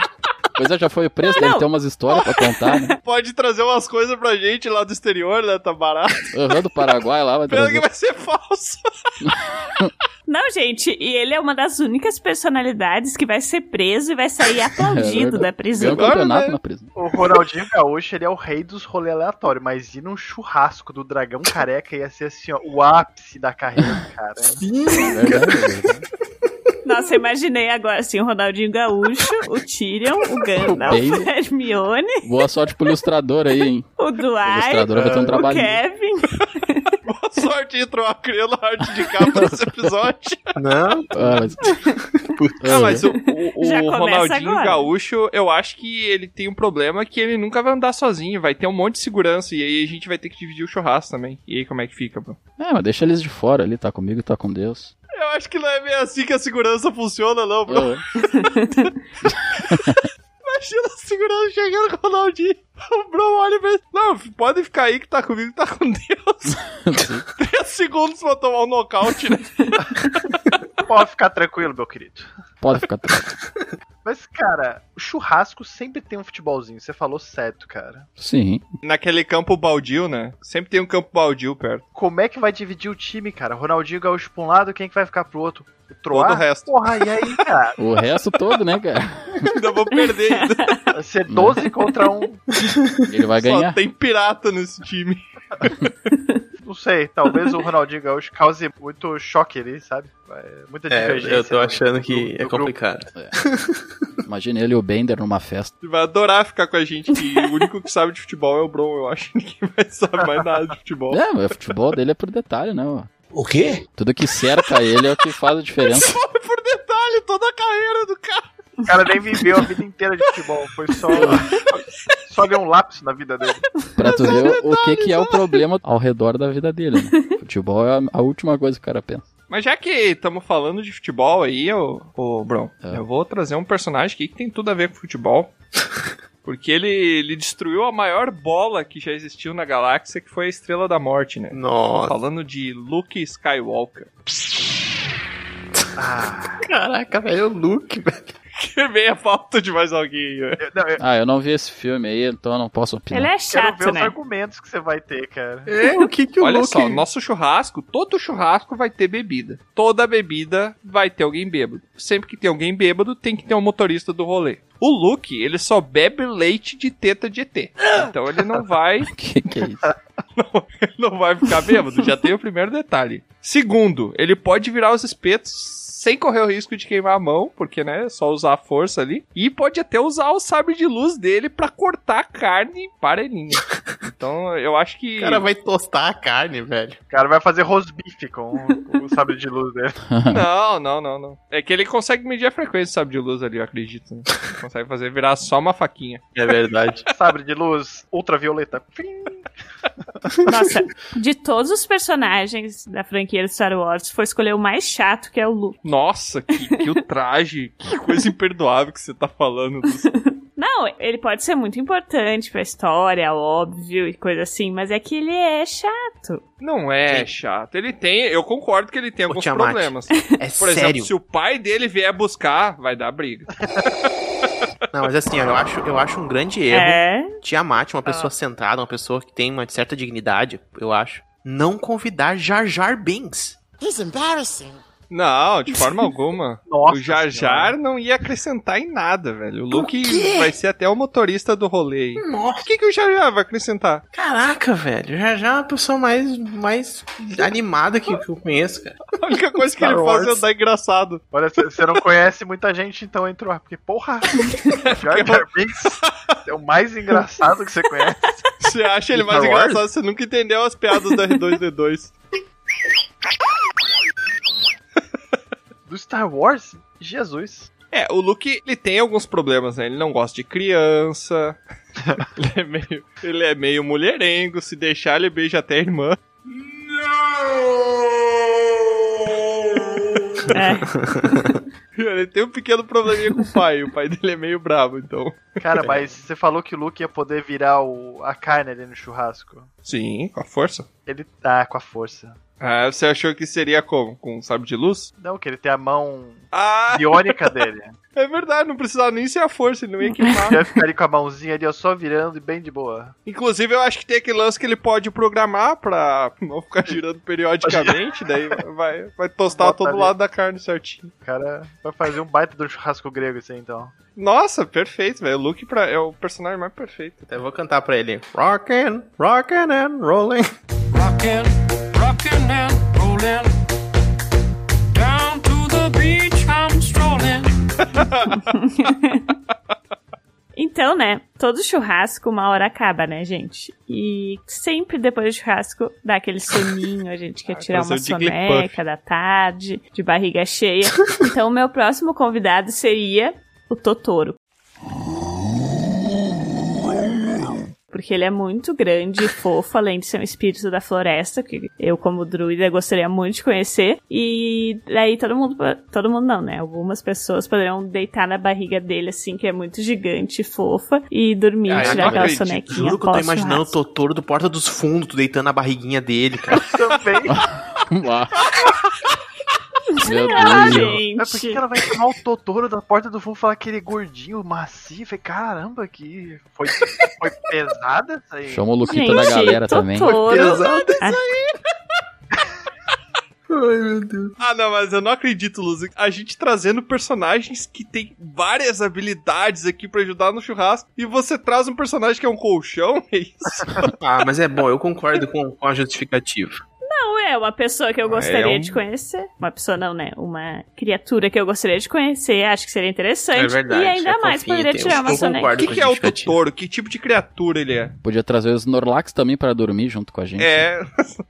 [SPEAKER 6] Pois é, já foi preso,
[SPEAKER 4] Não,
[SPEAKER 6] deve
[SPEAKER 4] não.
[SPEAKER 6] ter umas histórias pra contar, né?
[SPEAKER 4] Pode trazer umas coisas pra gente lá do exterior, né? Tá barato.
[SPEAKER 6] Aham, do Paraguai lá, vai um
[SPEAKER 4] Pena que
[SPEAKER 6] trazer.
[SPEAKER 4] vai ser falso.
[SPEAKER 7] Não, gente, e ele é uma das únicas personalidades que vai ser preso e vai sair aplaudido da
[SPEAKER 6] Ganhou
[SPEAKER 7] prisão.
[SPEAKER 6] um
[SPEAKER 4] né?
[SPEAKER 6] campeonato na prisão.
[SPEAKER 10] O Ronaldinho Gaúcho, ele é o rei dos rolês aleatórios, mas ir num churrasco do dragão careca ia ser assim, ó, o ápice da carreira do cara.
[SPEAKER 6] É
[SPEAKER 7] Nossa, eu imaginei agora assim, o Ronaldinho Gaúcho, o Tyrion, o Gandalf,
[SPEAKER 6] O Bale.
[SPEAKER 7] a Hermione,
[SPEAKER 6] Boa sorte pro ilustrador aí, hein?
[SPEAKER 7] o Dwight,
[SPEAKER 6] ilustrador vai ter um
[SPEAKER 7] o
[SPEAKER 6] trabalhinho.
[SPEAKER 7] Kevin.
[SPEAKER 4] Boa sorte de trocar a arte de capa nesse episódio.
[SPEAKER 2] Não?
[SPEAKER 6] Ah, mas- Ah,
[SPEAKER 4] Não, Ah, mas o, o- o
[SPEAKER 7] Já começa
[SPEAKER 4] Ronaldinho
[SPEAKER 7] agora.
[SPEAKER 4] Gaúcho, eu acho que ele tem um problema que ele nunca vai andar sozinho, vai ter um monte de segurança, e aí a gente vai ter que dividir o churrasco também. E aí como é que fica, bro?
[SPEAKER 6] É, mas deixa eles de fora ali, tá comigo, tá com Deus.
[SPEAKER 4] Eu acho que não é bem assim que a segurança funciona, não, bro. Imagina a segurança chegando com o Ronaldinho. O Bro olha e pensa, não, pode ficar aí que tá comigo, tá com Deus. Três segundos pra tomar um nocaute, né?
[SPEAKER 10] Pode ficar tranquilo, meu querido.
[SPEAKER 6] Pode ficar tranquilo.
[SPEAKER 10] Mas, cara, o churrasco sempre tem um futebolzinho. Você falou certo, cara.
[SPEAKER 6] Sim.
[SPEAKER 4] Naquele campo baldio, né? Sempre tem um campo baldio perto.
[SPEAKER 10] Como é que vai dividir o time, cara? Ronaldinho Gaúcho pra um lado, quem que vai ficar pro outro? O Troar?
[SPEAKER 4] Todo o resto.
[SPEAKER 10] Porra, e aí, cara?
[SPEAKER 6] O resto todo, né, cara?
[SPEAKER 4] Ainda vou perder ainda.
[SPEAKER 10] Vai ser 12 contra 1.
[SPEAKER 6] Ele vai
[SPEAKER 4] Só
[SPEAKER 6] ganhar.
[SPEAKER 4] tem pirata nesse time.
[SPEAKER 10] Não sei, talvez o Ronaldinho Gaúcho cause muito choque ali, sabe? Vai- Muita
[SPEAKER 2] É,
[SPEAKER 10] divergência.
[SPEAKER 2] eu tô achando que é complicado.
[SPEAKER 6] Imagina ele e o Bender numa festa.
[SPEAKER 4] Ele vai adorar ficar com a gente, que o único que sabe de futebol é o Bron, eu acho. Ninguém vai saber mais nada de futebol.
[SPEAKER 6] É, mas o futebol dele é por detalhe, né? O quê? Tudo que cerca ele é o que faz a diferença.
[SPEAKER 4] Sabe por detalhe toda a carreira do cara.
[SPEAKER 10] O cara nem viveu a vida inteira de futebol, foi só. só deu um lápis na vida dele.
[SPEAKER 6] Pra tu ver o- o que, que é o problema ao redor da vida dele, né? Futebol é a- a última coisa que o cara pensa.
[SPEAKER 4] Mas já que estamos falando de futebol aí, ô, ô Bron, eu vou trazer um personagem aqui que tem tudo a ver com futebol. Porque ele, ele destruiu a maior bola que já existiu na galáxia, que foi a Estrela da Morte, né?
[SPEAKER 2] Nossa.
[SPEAKER 4] Falando de Luke Skywalker.
[SPEAKER 2] Ah. Caraca, velho, é o Luke, velho.
[SPEAKER 4] Que meia falta de mais alguém. né?
[SPEAKER 6] Ah, eu não vi esse filme aí, então eu não posso opinar.
[SPEAKER 7] Ele é
[SPEAKER 10] Quero ver
[SPEAKER 7] chato,
[SPEAKER 10] os
[SPEAKER 7] né?
[SPEAKER 10] argumentos que você vai ter, cara.
[SPEAKER 2] É, o que que o
[SPEAKER 4] Olha
[SPEAKER 2] Luke...
[SPEAKER 4] só, nosso churrasco, todo churrasco vai ter bebida. Toda bebida vai ter alguém bêbado. Sempre que tem alguém bêbado, tem que ter um motorista do rolê. O Luke, ele só bebe leite de teta de ET. Então ele não vai
[SPEAKER 6] Que que é isso?
[SPEAKER 4] não vai ficar bêbado, já tem o primeiro detalhe. Segundo, ele pode virar os espetos sem correr o risco de queimar a mão, porque, né, é só usar a força ali. E pode até usar o sabre de luz dele pra cortar a carne parelhinha. Então, eu acho que...
[SPEAKER 9] O cara vai tostar a carne, velho.
[SPEAKER 10] O cara vai fazer rosbife com o, o sabre de luz dele.
[SPEAKER 4] Não, não, não, não. É que ele consegue medir a frequência do sabre de luz ali, eu acredito. né? Ele consegue fazer virar só uma faquinha.
[SPEAKER 9] É verdade.
[SPEAKER 10] Sabre de luz ultravioleta. Pim.
[SPEAKER 7] Nossa, de todos os personagens da franquia de Star Wars, foi escolher o mais chato, que é o Luke.
[SPEAKER 4] Nossa, que, que o traje, que coisa imperdoável que você tá falando. Dos...
[SPEAKER 7] Não, ele pode ser muito importante pra história, óbvio, e coisa assim, mas é que ele é chato.
[SPEAKER 4] Não é chato. Ele tem, eu concordo que ele tem alguns
[SPEAKER 9] Tiamat,
[SPEAKER 4] problemas.
[SPEAKER 9] é
[SPEAKER 4] Por exemplo,
[SPEAKER 9] sério.
[SPEAKER 4] se o pai dele vier buscar, vai dar briga.
[SPEAKER 9] Não, mas assim, ó, eu acho, eu acho um grande erro.
[SPEAKER 7] É?
[SPEAKER 9] Tiamat, uma
[SPEAKER 2] Ah.
[SPEAKER 9] pessoa centrada, uma pessoa que tem uma certa dignidade, eu acho, não convidar Jar Jar Binks.
[SPEAKER 21] He's embarrassing.
[SPEAKER 4] Não, de forma alguma.
[SPEAKER 9] Nossa
[SPEAKER 4] o Jar Jar
[SPEAKER 9] Senhora.
[SPEAKER 4] não ia acrescentar em nada, velho. O
[SPEAKER 9] Por
[SPEAKER 4] Luke
[SPEAKER 9] quê?
[SPEAKER 4] vai ser até o motorista do rolê. aí.
[SPEAKER 9] Nossa.
[SPEAKER 4] O que, que o Jar Jar vai acrescentar?
[SPEAKER 9] Caraca, velho. Jar Jar é uma pessoa mais, mais animada que, que eu conheço, cara.
[SPEAKER 4] A única coisa que
[SPEAKER 9] Star
[SPEAKER 4] ele
[SPEAKER 9] Wars.
[SPEAKER 4] faz é andar engraçado.
[SPEAKER 10] Olha, c- você não conhece muita gente, então entrou. Porque, porra, Jar Jar Binks é o mais engraçado que você conhece.
[SPEAKER 4] Você acha ele mais
[SPEAKER 10] Star Wars?
[SPEAKER 4] engraçado, você nunca entendeu as piadas da R2D2.
[SPEAKER 10] Do Star Wars? Jesus.
[SPEAKER 4] É, o Luke, ele tem alguns problemas, né? Ele não gosta de criança. ele, é meio, ele é meio mulherengo. Se deixar, ele beija até a irmã. Ele tem um pequeno probleminha com o pai. O pai dele é meio bravo, então.
[SPEAKER 10] Cara, mas você falou que o Luke ia poder virar o- a carne ali no churrasco.
[SPEAKER 4] Sim, com a força.
[SPEAKER 10] Ele tá com a força.
[SPEAKER 4] Ah, você achou que seria como? Com um sabre de luz?
[SPEAKER 10] Não, que ele tem a mão
[SPEAKER 4] Ah,
[SPEAKER 10] biônica dele.
[SPEAKER 4] é verdade, não precisava nem ser a força, ele não ia queimar.
[SPEAKER 10] Ele vai ficar ali com a mãozinha ali, ó, só virando e bem de boa.
[SPEAKER 4] Inclusive, eu acho que tem aquele lance que ele pode programar pra não ficar girando periodicamente, daí vai, vai tostar
[SPEAKER 10] Bota
[SPEAKER 4] todo
[SPEAKER 10] ali.
[SPEAKER 4] lado da carne certinho.
[SPEAKER 10] O cara vai fazer um baita do churrasco grego assim, então.
[SPEAKER 4] Nossa, perfeito, velho. O Luke pra- é o personagem mais perfeito.
[SPEAKER 9] Então, Eu vou cantar pra ele. Rockin', rockin' and rolling.
[SPEAKER 23] Rockin', rockin' and rollin'. Down to the beach I'm strolling.
[SPEAKER 7] Então, né? Todo churrasco uma hora acaba, né, gente? E sempre depois do churrasco dá aquele soninho, a gente quer tirar
[SPEAKER 4] Ah, fazer
[SPEAKER 7] uma
[SPEAKER 4] o Jigglypuff.
[SPEAKER 7] soneca da tarde, de barriga cheia. Então, o meu próximo convidado seria o Totoro. Porque ele é muito grande e fofo, além de ser um espírito da floresta, que eu, como druida, gostaria muito de conhecer. E daí todo mundo. Todo mundo não, né? Algumas pessoas poderiam deitar na barriga dele, assim, que é muito gigante e fofa, e dormir,
[SPEAKER 9] Ah, eu
[SPEAKER 7] tirar
[SPEAKER 9] não
[SPEAKER 7] aquela
[SPEAKER 9] acredito.
[SPEAKER 7] sonequinha.
[SPEAKER 9] Juro que eu tô
[SPEAKER 7] pós
[SPEAKER 9] imaginando o Totoro do Porta dos Fundos, tu deitando a barriguinha dele, cara.
[SPEAKER 10] Também.
[SPEAKER 6] Meu
[SPEAKER 7] Ah,
[SPEAKER 6] Deus.
[SPEAKER 7] gente.
[SPEAKER 10] Mas por que que
[SPEAKER 9] É
[SPEAKER 10] ela vai chamar o Totoro da porta do fundo e falar que ele é gordinho, macio? Eu Falei, caramba, que foi, foi pesada essa aí.
[SPEAKER 6] Chama o Luquita da galera também.
[SPEAKER 7] Totoro.
[SPEAKER 9] Pesado
[SPEAKER 7] Ah,
[SPEAKER 4] Ah, não, mas eu não acredito, Luz. A gente trazendo personagens que tem várias habilidades aqui pra ajudar no churrasco e você traz um personagem que é um colchão, é isso?
[SPEAKER 9] Ah, mas é bom, eu concordo com, com a justificativa.
[SPEAKER 7] Não, é uma pessoa que eu gostaria
[SPEAKER 9] é um-
[SPEAKER 7] de conhecer. Uma pessoa não, né? Uma criatura que eu gostaria de conhecer. Acho que seria interessante.
[SPEAKER 9] É verdade,
[SPEAKER 7] e ainda
[SPEAKER 9] é
[SPEAKER 7] mais
[SPEAKER 9] fofinho,
[SPEAKER 7] poderia
[SPEAKER 9] tem-
[SPEAKER 7] tirar uma
[SPEAKER 9] eu
[SPEAKER 7] soneca.
[SPEAKER 4] O
[SPEAKER 9] concordo.
[SPEAKER 4] que, que é o Totoro? Que tipo de criatura ele é?
[SPEAKER 6] Podia trazer os Norlax também pra dormir junto com a gente.
[SPEAKER 4] É.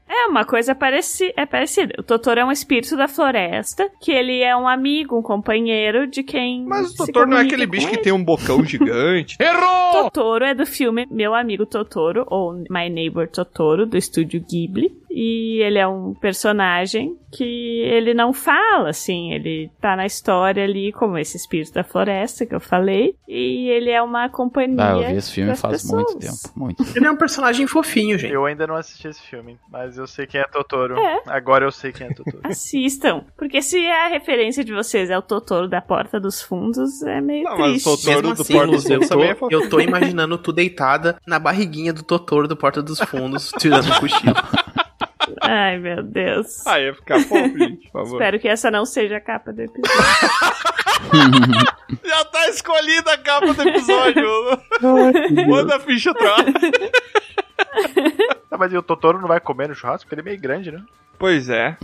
[SPEAKER 7] É uma coisa pareci é parecida. O Totoro é um espírito da floresta, que ele é um amigo, um companheiro de quem.
[SPEAKER 4] Mas o
[SPEAKER 7] se
[SPEAKER 4] Totoro não é
[SPEAKER 7] comunica
[SPEAKER 4] aquele
[SPEAKER 7] com
[SPEAKER 4] bicho que
[SPEAKER 7] ele.
[SPEAKER 4] tem um bocão gigante.
[SPEAKER 6] Oh.
[SPEAKER 7] Totoro é do filme Meu Amigo Totoro, ou My Neighbor Totoro, do estúdio Ghibli. E ele é um personagem que ele não fala, assim, ele tá na história ali como esse espírito da floresta que eu falei. E ele é uma companhia.
[SPEAKER 6] Ah, eu vi esse filme
[SPEAKER 7] pras
[SPEAKER 6] faz
[SPEAKER 7] pessoas.
[SPEAKER 6] muito tempo. Muito.
[SPEAKER 9] Ele é um personagem fofinho, gente.
[SPEAKER 10] Eu ainda não assisti esse filme, mas eu sei quem é Totoro.
[SPEAKER 7] É.
[SPEAKER 10] Agora eu sei quem é Totoro.
[SPEAKER 7] Assistam, porque se a referência de vocês é o Totoro da Porta dos Fundos, é meio
[SPEAKER 4] Não, mas
[SPEAKER 7] triste.
[SPEAKER 4] o Totoro
[SPEAKER 9] Mesmo
[SPEAKER 4] do
[SPEAKER 9] assim,
[SPEAKER 4] Porta dos
[SPEAKER 9] Luz, eu
[SPEAKER 4] Fundos
[SPEAKER 9] tô,
[SPEAKER 4] também é fofinho.
[SPEAKER 9] eu tô imaginando tu deitada na barriguinha do Totoro do Porta dos Fundos, tirando um cochilo.
[SPEAKER 7] Ai, meu Deus.
[SPEAKER 4] Ah, ia ficar fofo, gente, por favor.
[SPEAKER 7] Espero que essa não seja a capa do episódio.
[SPEAKER 4] Já tá escolhida a capa do episódio. Manda a ficha atrás.
[SPEAKER 10] Tá, mas e o Totoro não vai comer no churrasco? Porque ele é meio grande, né?
[SPEAKER 4] Pois é.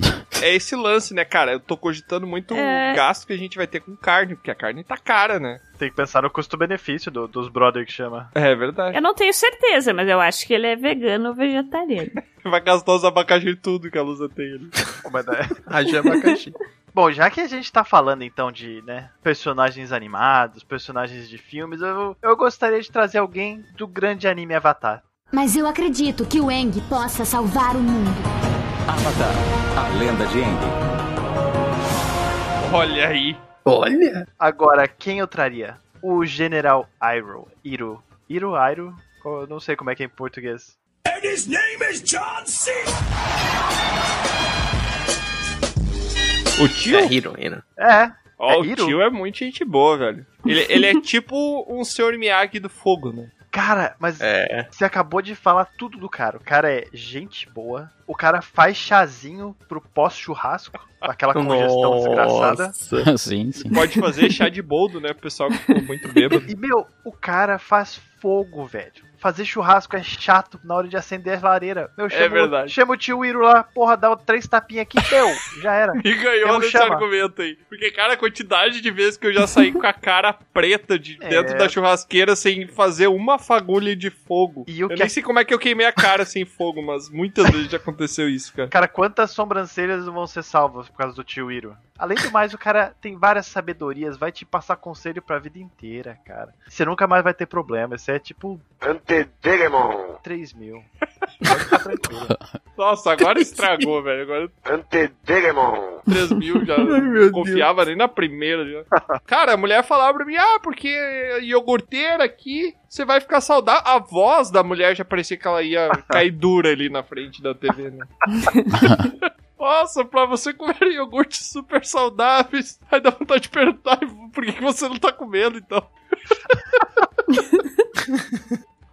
[SPEAKER 4] é esse lance, né, cara? Eu tô cogitando muito
[SPEAKER 7] É.
[SPEAKER 4] o gasto que a gente vai ter com carne, porque a carne tá cara, né?
[SPEAKER 10] Tem que pensar no custo-benefício do- dos brother que chama.
[SPEAKER 4] É verdade.
[SPEAKER 7] Eu não tenho certeza, mas eu acho que ele é vegano ou vegetariano.
[SPEAKER 4] Vai gastar os abacaxi e tudo que a Lusa tem ali.
[SPEAKER 10] Mas é.
[SPEAKER 4] Haja Ah, abacaxi.
[SPEAKER 10] Bom, já que a gente tá falando então de, né, personagens animados, personagens de filmes, eu, eu gostaria de trazer alguém do grande anime Avatar.
[SPEAKER 20] Mas eu acredito que o Eng possa salvar o mundo.
[SPEAKER 13] Avatar, a lenda de Aang.
[SPEAKER 4] Olha aí.
[SPEAKER 10] Olha! Agora, quem eu traria? O General Iroh. Iro. Iro, Iroh? Qual- Eu não sei como é que é em português.
[SPEAKER 23] And his name is John C.
[SPEAKER 4] O tio?
[SPEAKER 2] É heroína.
[SPEAKER 10] É.
[SPEAKER 4] Ó, o tio é muito gente boa, velho. Ele, ele é tipo um senhor Miyagi do fogo, né?
[SPEAKER 10] Cara, mas
[SPEAKER 4] É.
[SPEAKER 10] você acabou de falar tudo do cara. O cara é gente boa. O cara faz chazinho pro pós-churrasco. Aquela congestão desgraçada.
[SPEAKER 6] sim, sim.
[SPEAKER 4] Pode fazer chá de boldo, né? O pessoal que ficou muito bêbado.
[SPEAKER 10] E, meu, o cara faz fogo, velho. Fazer churrasco é chato na hora de acender a lareira. Meu, chama, o-
[SPEAKER 4] É verdade.
[SPEAKER 10] chama o tio Iro lá, porra, dá três tapinhas aqui, meu, já era.
[SPEAKER 4] E ganhou
[SPEAKER 10] Então
[SPEAKER 4] nesse
[SPEAKER 10] chama.
[SPEAKER 4] argumento aí. Porque, cara, a quantidade de vezes que eu já saí com a cara preta de dentro
[SPEAKER 10] É.
[SPEAKER 4] da churrasqueira sem fazer uma fagulha de fogo. eu
[SPEAKER 10] que-
[SPEAKER 4] nem sei como é que eu queimei a cara sem fogo, mas muitas vezes já aconteceu isso, cara.
[SPEAKER 10] Cara, quantas sobrancelhas não vão ser salvas por causa do tio Iro? Além do mais, o cara tem várias sabedorias, vai te passar conselho pra vida inteira, cara. Você nunca mais vai ter problema, você é tipo... Antedegemon! 3 mil.
[SPEAKER 4] Nossa, agora estragou, velho. Agora... Antedegemon. 3 mil já. não confiava nem na primeira. Já. Cara, a mulher falava pra mim, ah, porque iogurteira aqui, você vai ficar saudável. A voz da mulher já parecia que ela ia cair dura ali na frente da TV, né? Nossa, pra você comer iogurte super saudáveis, aí dá vontade de perguntar por que que você não tá comendo, então.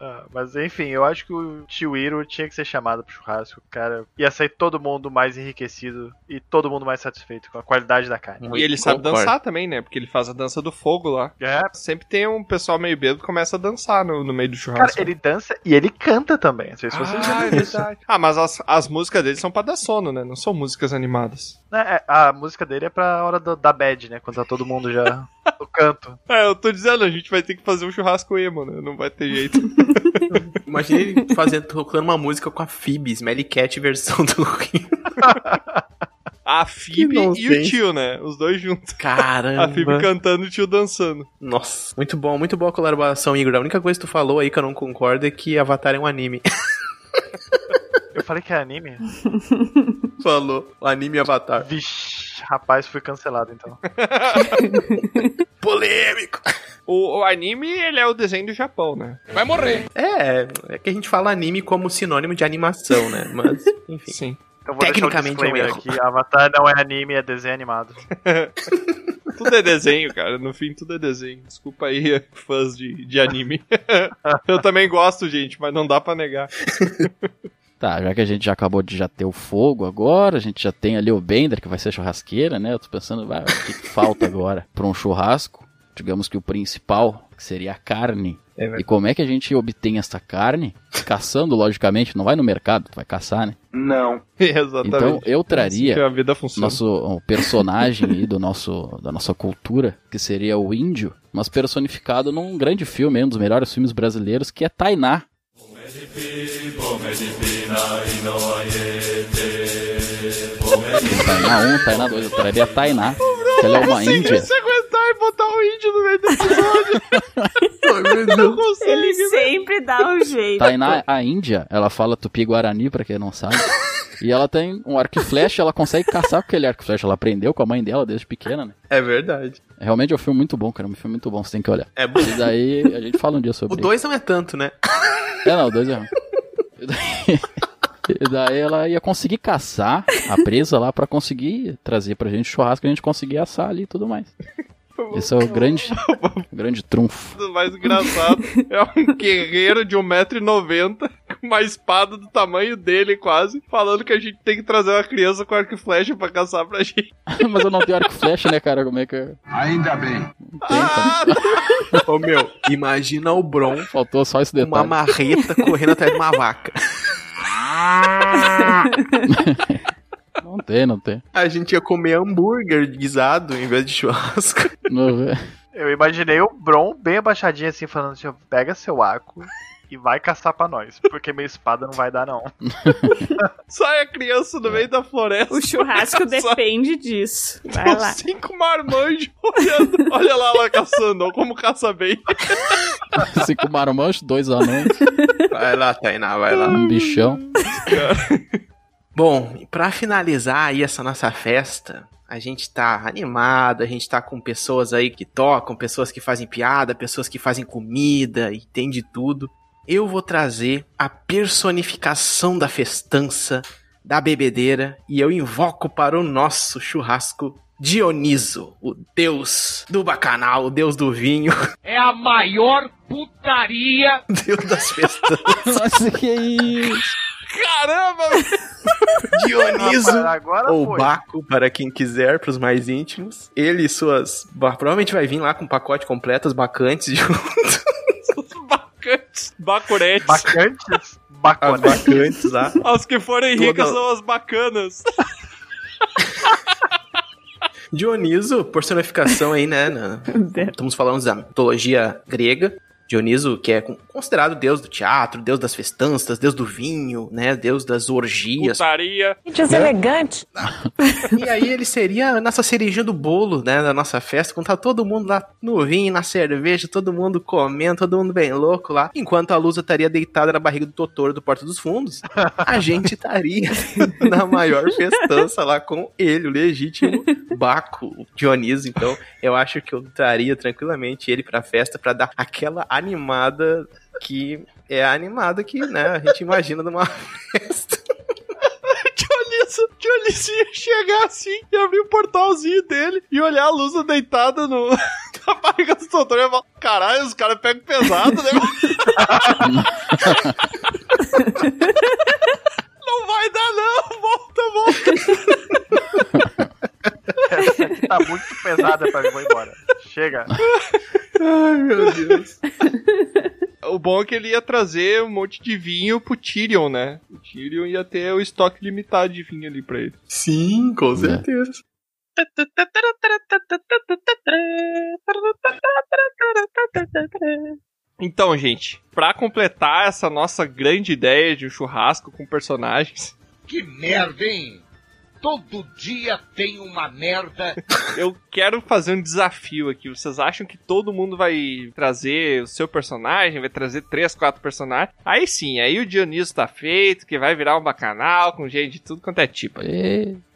[SPEAKER 10] Ah, Mas enfim, eu acho que o tio Iro tinha que ser chamado pro churrasco, cara. Ia sair todo mundo mais enriquecido e todo mundo mais satisfeito com a qualidade da carne.
[SPEAKER 4] E ele sabe dançar também, né? Porque ele faz a dança do fogo lá.
[SPEAKER 10] É.
[SPEAKER 4] Sempre tem um pessoal meio bêbado que começa a dançar no, no meio do
[SPEAKER 10] Cara,
[SPEAKER 4] churrasco.
[SPEAKER 10] ele dança e ele canta também. Não sei se vocês
[SPEAKER 4] Ah, é
[SPEAKER 10] viram isso.
[SPEAKER 4] verdade. Ah, mas as, as músicas dele são pra dar sono, né? Não são músicas animadas.
[SPEAKER 10] É, é, a música dele é pra hora do- da bad, né? Quando tá todo mundo já no canto.
[SPEAKER 4] É, eu tô dizendo, a gente vai ter que fazer um churrasco emo, né? Não vai ter jeito.
[SPEAKER 2] Imagina ele fazendo, tocando uma música com a Phoebe, Smelly Cat versão do Rio.
[SPEAKER 4] A Phoebe e o
[SPEAKER 2] nonsense.
[SPEAKER 4] tio, né? Os dois juntos.
[SPEAKER 2] Caramba.
[SPEAKER 4] A Phoebe cantando e o tio dançando.
[SPEAKER 2] Nossa, muito bom, muito boa a colaboração, Igor. A única coisa que tu falou aí que eu não concordo é que Avatar é um anime.
[SPEAKER 10] Eu falei que é anime?
[SPEAKER 2] falou, anime Avatar.
[SPEAKER 10] Vixe, rapaz, fui cancelado então.
[SPEAKER 2] Polêmico!
[SPEAKER 4] O, o anime, ele é o desenho do Japão, né? Vai morrer!
[SPEAKER 2] É, é que a gente fala anime como sinônimo de animação, né? Mas, enfim.
[SPEAKER 4] Sim.
[SPEAKER 10] Então vou
[SPEAKER 2] Tecnicamente
[SPEAKER 10] deixar
[SPEAKER 2] é
[SPEAKER 10] o
[SPEAKER 2] um
[SPEAKER 10] disclaimer
[SPEAKER 2] erro.
[SPEAKER 10] aqui. Avatar não é anime, é desenho animado.
[SPEAKER 4] Tudo é desenho, cara. No fim, tudo é desenho. Desculpa aí, fãs de, de anime. eu também gosto, gente, mas não dá pra negar.
[SPEAKER 6] Tá, já que a gente já acabou de já ter o fogo agora, a gente já tem ali o Bender, que vai ser churrasqueira, né? Eu tô pensando, vai, o que, que falta agora pra um churrasco? Digamos que o principal, que seria a carne.
[SPEAKER 2] É verdade.
[SPEAKER 6] e como é que a gente obtém essa carne? Caçando, logicamente, não vai no mercado, tu vai caçar, né?
[SPEAKER 13] Não.
[SPEAKER 4] Exatamente.
[SPEAKER 6] Então eu
[SPEAKER 4] Assim que
[SPEAKER 6] traria
[SPEAKER 4] a vida funciona.
[SPEAKER 6] nosso o personagem aí do nosso, da nossa cultura, que seria o índio, mas personificado num grande filme, um dos melhores filmes brasileiros, que é Tainá, Tainá 1, Tainá 2, eu traria a Tainá. que Ela é uma índia.
[SPEAKER 4] Se aguentar e botar o índio no meio do episódio. não consigo.
[SPEAKER 7] Ele sempre dá um jeito.
[SPEAKER 6] Tainá, a índia, ela fala tupi-guarani, pra quem não sabe. E ela tem um arco e flecha, ela consegue caçar com aquele arco e flecha. Ela aprendeu com a mãe dela desde pequena, né?
[SPEAKER 2] É verdade.
[SPEAKER 6] Realmente é um filme muito bom, cara. É um filme muito bom, você tem que olhar.
[SPEAKER 2] É bom.
[SPEAKER 6] E daí a gente fala um dia sobre
[SPEAKER 2] O 2 não é tanto, né?
[SPEAKER 6] isso. É, não, o dois é ruim. E daí- E daí ela ia conseguir caçar a presa lá pra conseguir trazer pra gente churrasco, a gente conseguir assar ali e tudo mais. Esse é o grande, grande trunfo.
[SPEAKER 4] O mais engraçado é um guerreiro de 1,90m com uma espada do tamanho dele quase, falando que a gente tem que trazer uma criança com arco e flecha pra caçar pra gente.
[SPEAKER 6] Mas eu não tenho arco e flecha, né, cara? Como é que eu...
[SPEAKER 13] Ainda bem.
[SPEAKER 4] Ah,
[SPEAKER 2] Ô meu, imagina o Bron
[SPEAKER 6] Faltou só esse
[SPEAKER 2] com uma
[SPEAKER 6] detalhe.
[SPEAKER 2] marreta correndo atrás de uma vaca.
[SPEAKER 6] Não Tem, não tem.
[SPEAKER 2] A gente ia comer hambúrguer guisado em vez de churrasco.
[SPEAKER 10] Eu imaginei o Bron bem abaixadinho assim, falando assim, pega seu arco e vai caçar pra nós, porque minha espada não vai dar não.
[SPEAKER 4] Sai a criança no meio da floresta.
[SPEAKER 7] O churrasco depende disso. Vai
[SPEAKER 4] São
[SPEAKER 7] lá.
[SPEAKER 4] cinco marmanjos olhando. Olha lá, lá caçando, ó, como caça bem.
[SPEAKER 6] Cinco marmanjos, Assim, dois anões,
[SPEAKER 2] Vai lá, Tainá, vai lá.
[SPEAKER 6] um bichão.
[SPEAKER 2] Bom, e pra finalizar aí essa nossa festa, a gente tá animado, a gente tá com pessoas aí que tocam, pessoas que fazem piada, pessoas que fazem comida e tem de tudo. Eu vou trazer a personificação da festança, da bebedeira, e eu invoco para o nosso churrasco Dioniso, o deus do bacanal, o deus do vinho,
[SPEAKER 19] É a maior putaria.
[SPEAKER 2] o deus das festas.
[SPEAKER 6] Nossa, que isso!
[SPEAKER 4] Caramba!
[SPEAKER 2] Dioniso,
[SPEAKER 10] Rapaz, agora
[SPEAKER 2] ou
[SPEAKER 10] foi.
[SPEAKER 2] Baco, para quem quiser, para os mais íntimos. Ele e suas. bah, Provavelmente vai vir lá com um pacote completo, os bacantes um, junto.
[SPEAKER 4] Bacantes. Bacuretes.
[SPEAKER 10] Bacantes?
[SPEAKER 2] As bacantes lá.
[SPEAKER 4] As que forem
[SPEAKER 2] Toda-
[SPEAKER 4] ricas são as bacanas.
[SPEAKER 2] Dioniso, personificação aí, né? na-
[SPEAKER 7] É.
[SPEAKER 2] Estamos falando da mitologia grega. Dioniso, que é con- considerado deus do teatro, deus das festanças, deus do vinho, né? Deus das orgias.
[SPEAKER 4] Putaria.
[SPEAKER 2] Né?
[SPEAKER 7] elegante.
[SPEAKER 2] E aí ele seria a nossa cerejinha do bolo, né, da nossa festa, quando tá todo mundo lá no vinho, na cerveja, todo mundo comendo, todo mundo bem louco lá, enquanto a Lusa estaria deitada na barriga do Totoro do Porta dos Fundos, a gente estaria na maior festança lá com ele, o legítimo Baco, o Dioniso, então eu acho que eu traria tranquilamente ele pra festa pra dar aquela animada que é a animada que, né, a gente imagina numa
[SPEAKER 4] Dioniso, Dioniso ia chegar assim e abrir o portalzinho dele e olhar a Lusa deitada no, na barriga do doutor e falar: caralho, os caras pegam pesado, né? não vai dar, não! Volta, volta!
[SPEAKER 10] Essa aqui tá muito pesada pra mim, vou embora. Chega.
[SPEAKER 2] Ai, meu Deus.
[SPEAKER 4] O bom é que ele ia trazer um monte de vinho pro Tyrion, né? O Tyrion ia ter o estoque limitado de vinho ali pra ele.
[SPEAKER 2] Sim, com certeza.
[SPEAKER 4] Então, gente, pra completar essa nossa grande ideia de um churrasco com personagens,
[SPEAKER 19] Que merda, hein? Todo dia tem uma merda.
[SPEAKER 4] eu quero fazer um desafio aqui. Vocês acham que todo mundo vai trazer o seu personagem, vai trazer três, quatro personagens? Aí sim, aí o Dioniso tá feito, que vai virar um bacanal com gente de tudo quanto é tipo.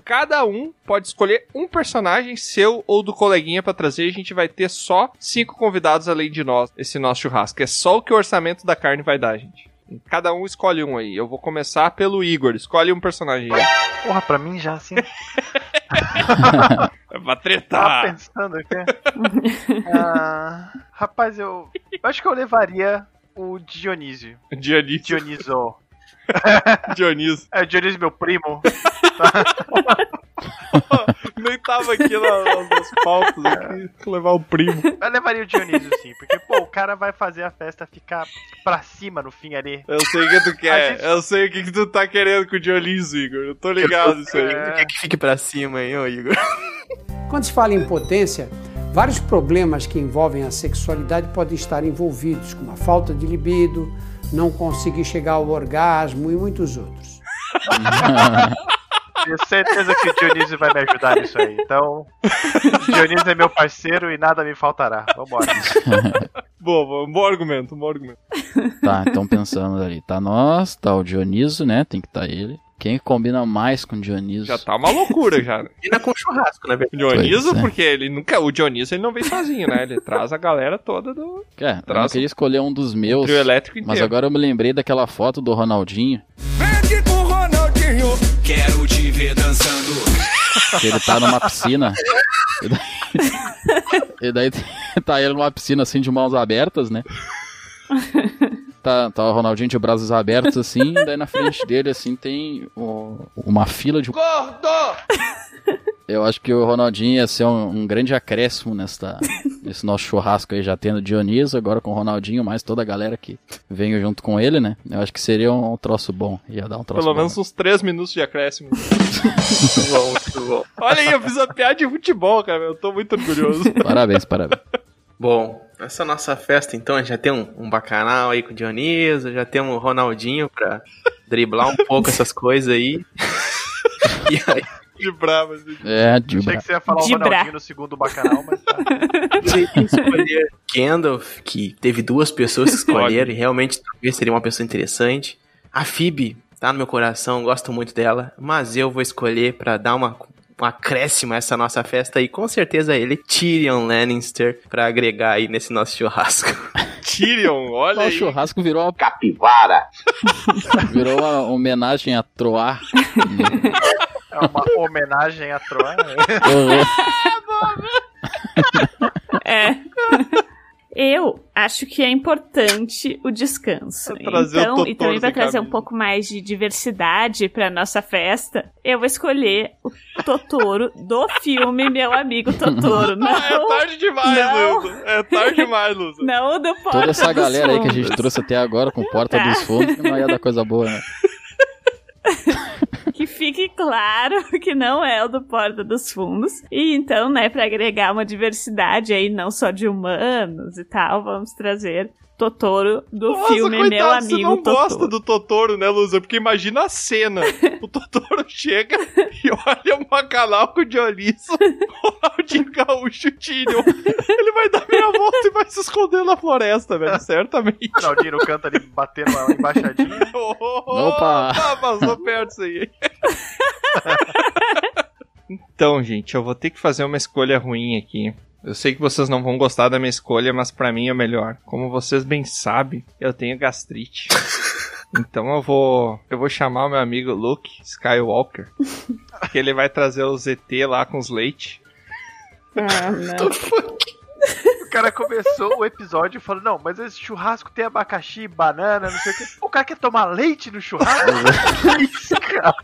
[SPEAKER 4] Cada um pode escolher um personagem seu ou do coleguinha pra trazer. A gente vai ter só cinco convidados além de nós, esse nosso churrasco. É só o que o orçamento da carne vai dar, gente. Cada um escolhe um aí. Eu vou começar pelo Igor. Escolhe um personagem. aí.
[SPEAKER 10] Porra, pra mim já assim.
[SPEAKER 4] É pra
[SPEAKER 10] Tava
[SPEAKER 4] tretar.
[SPEAKER 10] Tá pensando aqui. Ah, rapaz, eu. eu acho que eu levaria o Dionísio.
[SPEAKER 4] Dionísio.
[SPEAKER 10] Dioniso.
[SPEAKER 4] Dionísio.
[SPEAKER 10] É o Dionísio, meu primo.
[SPEAKER 4] Nem tava aqui na- nas, nas pautas aqui. Vou levar o primo.
[SPEAKER 10] Eu levaria o Dionísio, sim, porque, pô, o cara vai fazer a festa ficar pra cima no fim ali.
[SPEAKER 4] Eu sei o que tu
[SPEAKER 10] A
[SPEAKER 4] quer.
[SPEAKER 10] gente-
[SPEAKER 4] Eu sei o que, que tu tá querendo com o Dionísio, Igor. Eu tô é. ligado nisso aí.
[SPEAKER 10] É,
[SPEAKER 2] Tu quer é que fique pra cima aí, ô Igor?
[SPEAKER 16] Quando se fala em potência, vários problemas que envolvem a sexualidade podem estar envolvidos, como a falta de libido, não conseguir chegar ao orgasmo e muitos outros.
[SPEAKER 6] É.
[SPEAKER 10] Tenho certeza que o Dionísio vai me ajudar nisso aí. Então, Dionísio é meu parceiro e nada me faltará. Vambora.
[SPEAKER 4] Boa, boa, um bom argumento, um bom argumento.
[SPEAKER 6] Tá, então pensando ali. Tá nós, tá o Dioniso, né? Tem que tá ele. Quem combina mais com o Dioniso?
[SPEAKER 4] Já tá uma loucura já. né?
[SPEAKER 2] Combina com churrasco, né,
[SPEAKER 4] O Dioniso,
[SPEAKER 6] Pois é.
[SPEAKER 4] porque ele nunca. O Dioniso ele não vem sozinho, né? Ele traz a galera toda do.
[SPEAKER 6] Cara, É, eu não
[SPEAKER 4] Traz-
[SPEAKER 6] queria escolher um dos meus.
[SPEAKER 4] trio elétrico
[SPEAKER 6] mas
[SPEAKER 4] inteiro.
[SPEAKER 6] agora eu me lembrei daquela foto do Ronaldinho.
[SPEAKER 23] Pede com Ronaldinho. Quero te ver dançando.
[SPEAKER 6] Que ele tá numa piscina. E daí, e daí tá ele numa piscina assim de mãos abertas, né? Tá, tá o Ronaldinho de braços abertos assim, e daí na frente dele assim tem o- uma fila de.
[SPEAKER 23] Gordo!
[SPEAKER 6] Eu acho que o Ronaldinho ia ser um, um grande acréscimo nesta, Esse nosso churrasco aí já tendo Dioniso, agora com o Ronaldinho, mais toda a galera que veio junto com ele, né? Eu acho que seria um, um troço bom. Ia dar um troço
[SPEAKER 4] Pelo
[SPEAKER 6] bom.
[SPEAKER 4] menos uns 3 minutos de acréscimo. muito bom, muito bom. Olha aí, eu fiz a piada de futebol, cara. Eu tô muito orgulhoso.
[SPEAKER 6] Parabéns, parabéns.
[SPEAKER 2] Bom, essa nossa festa então, já tem um, um bacanal aí com o Dioniso, já tem um Ronaldinho pra driblar um pouco essas coisas aí. e aí...
[SPEAKER 4] De brava,
[SPEAKER 6] É, de
[SPEAKER 10] Achei
[SPEAKER 6] bra-
[SPEAKER 10] que você ia falar o
[SPEAKER 2] De
[SPEAKER 10] Ronaldinho
[SPEAKER 2] bra-
[SPEAKER 10] no segundo bacanal, mas tá.
[SPEAKER 2] escolher Gandalf, que teve duas pessoas que escolheram e realmente talvez seria uma pessoa interessante. A Phoebe tá no meu coração, gosto muito dela, mas eu vou escolher pra dar uma um acréscimo a essa nossa festa e com certeza ele, Tyrion Lannister, pra agregar aí nesse nosso churrasco.
[SPEAKER 4] Tyrion, olha
[SPEAKER 6] O churrasco virou uma capivara. Virou uma homenagem a Troar.
[SPEAKER 10] É uma homenagem à Troa.
[SPEAKER 7] É. Eu acho que é importante o descanso.
[SPEAKER 4] trazer o
[SPEAKER 7] Então, e
[SPEAKER 4] Totoro
[SPEAKER 7] também para
[SPEAKER 4] sem
[SPEAKER 7] trazer um
[SPEAKER 4] camisa.
[SPEAKER 7] pouco mais de diversidade para nossa festa, eu vou escolher o Totoro do filme Meu Amigo Totoro. Não,
[SPEAKER 4] é tarde demais,
[SPEAKER 7] não,
[SPEAKER 4] Luísa. É tarde demais, Luísa.
[SPEAKER 7] não do Porta
[SPEAKER 6] Toda essa
[SPEAKER 7] dos
[SPEAKER 6] galera aí que a gente
[SPEAKER 7] Fundos.
[SPEAKER 6] trouxe até agora com Porta dos Fundos, não ia dar coisa boa, né?
[SPEAKER 7] Que fique claro que não é o do Porta dos Fundos. E então, né, pra agregar uma diversidade aí, não só de humanos e tal, vamos trazer Totoro do
[SPEAKER 4] Nossa,
[SPEAKER 7] filme
[SPEAKER 4] coitado,
[SPEAKER 7] Meu
[SPEAKER 4] você
[SPEAKER 7] Amigo
[SPEAKER 4] não gosta
[SPEAKER 7] Totoro.
[SPEAKER 4] do Totoro, né, Lusa? Porque imagina a cena. O Totoro chega e olha o Bacanal com o Dioniso, Ronaldinho Gaúcho e Tyrion. Ele vai dar meia volta e vai se esconder na floresta, velho, certamente.
[SPEAKER 10] O Ronaldinho canta ali, batendo uma embaixadinha.
[SPEAKER 4] Opa! passou Ah, perto isso aí. Então, gente, eu vou ter que fazer uma escolha ruim aqui. Eu sei que vocês não vão gostar da minha escolha, mas pra mim é melhor. Como vocês bem sabem, eu tenho gastrite. Então eu vou, eu vou chamar o meu amigo Luke Skywalker, que ele vai trazer o ZT lá com os leite.
[SPEAKER 7] Ah, não.
[SPEAKER 10] O cara começou o episódio falando, não, mas esse churrasco tem abacaxi, banana, não sei o quê. O cara quer tomar leite no churrasco? Que isso, cara?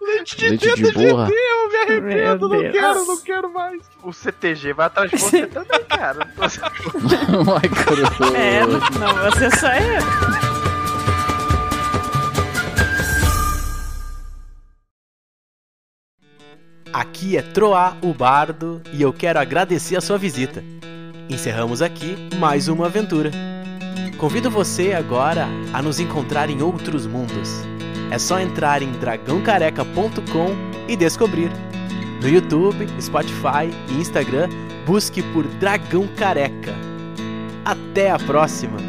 [SPEAKER 4] Leite
[SPEAKER 6] de Leite de dentro de burra. dentro,
[SPEAKER 4] eu me
[SPEAKER 10] arrependo,
[SPEAKER 6] não
[SPEAKER 4] quero, não quero mais.
[SPEAKER 10] O CTG vai atrás de você também, cara. Não tô sabendo.
[SPEAKER 6] Micro.
[SPEAKER 7] É, não, você só é.
[SPEAKER 9] Aqui é Troá, o Bardo, e eu quero agradecer a sua visita. Encerramos aqui mais uma aventura. Convido você agora a nos encontrar em outros mundos. É só entrar em dragãocareca.com e descobrir. No YouTube, Spotify e Instagram, busque por Dragão Careca. Até a próxima!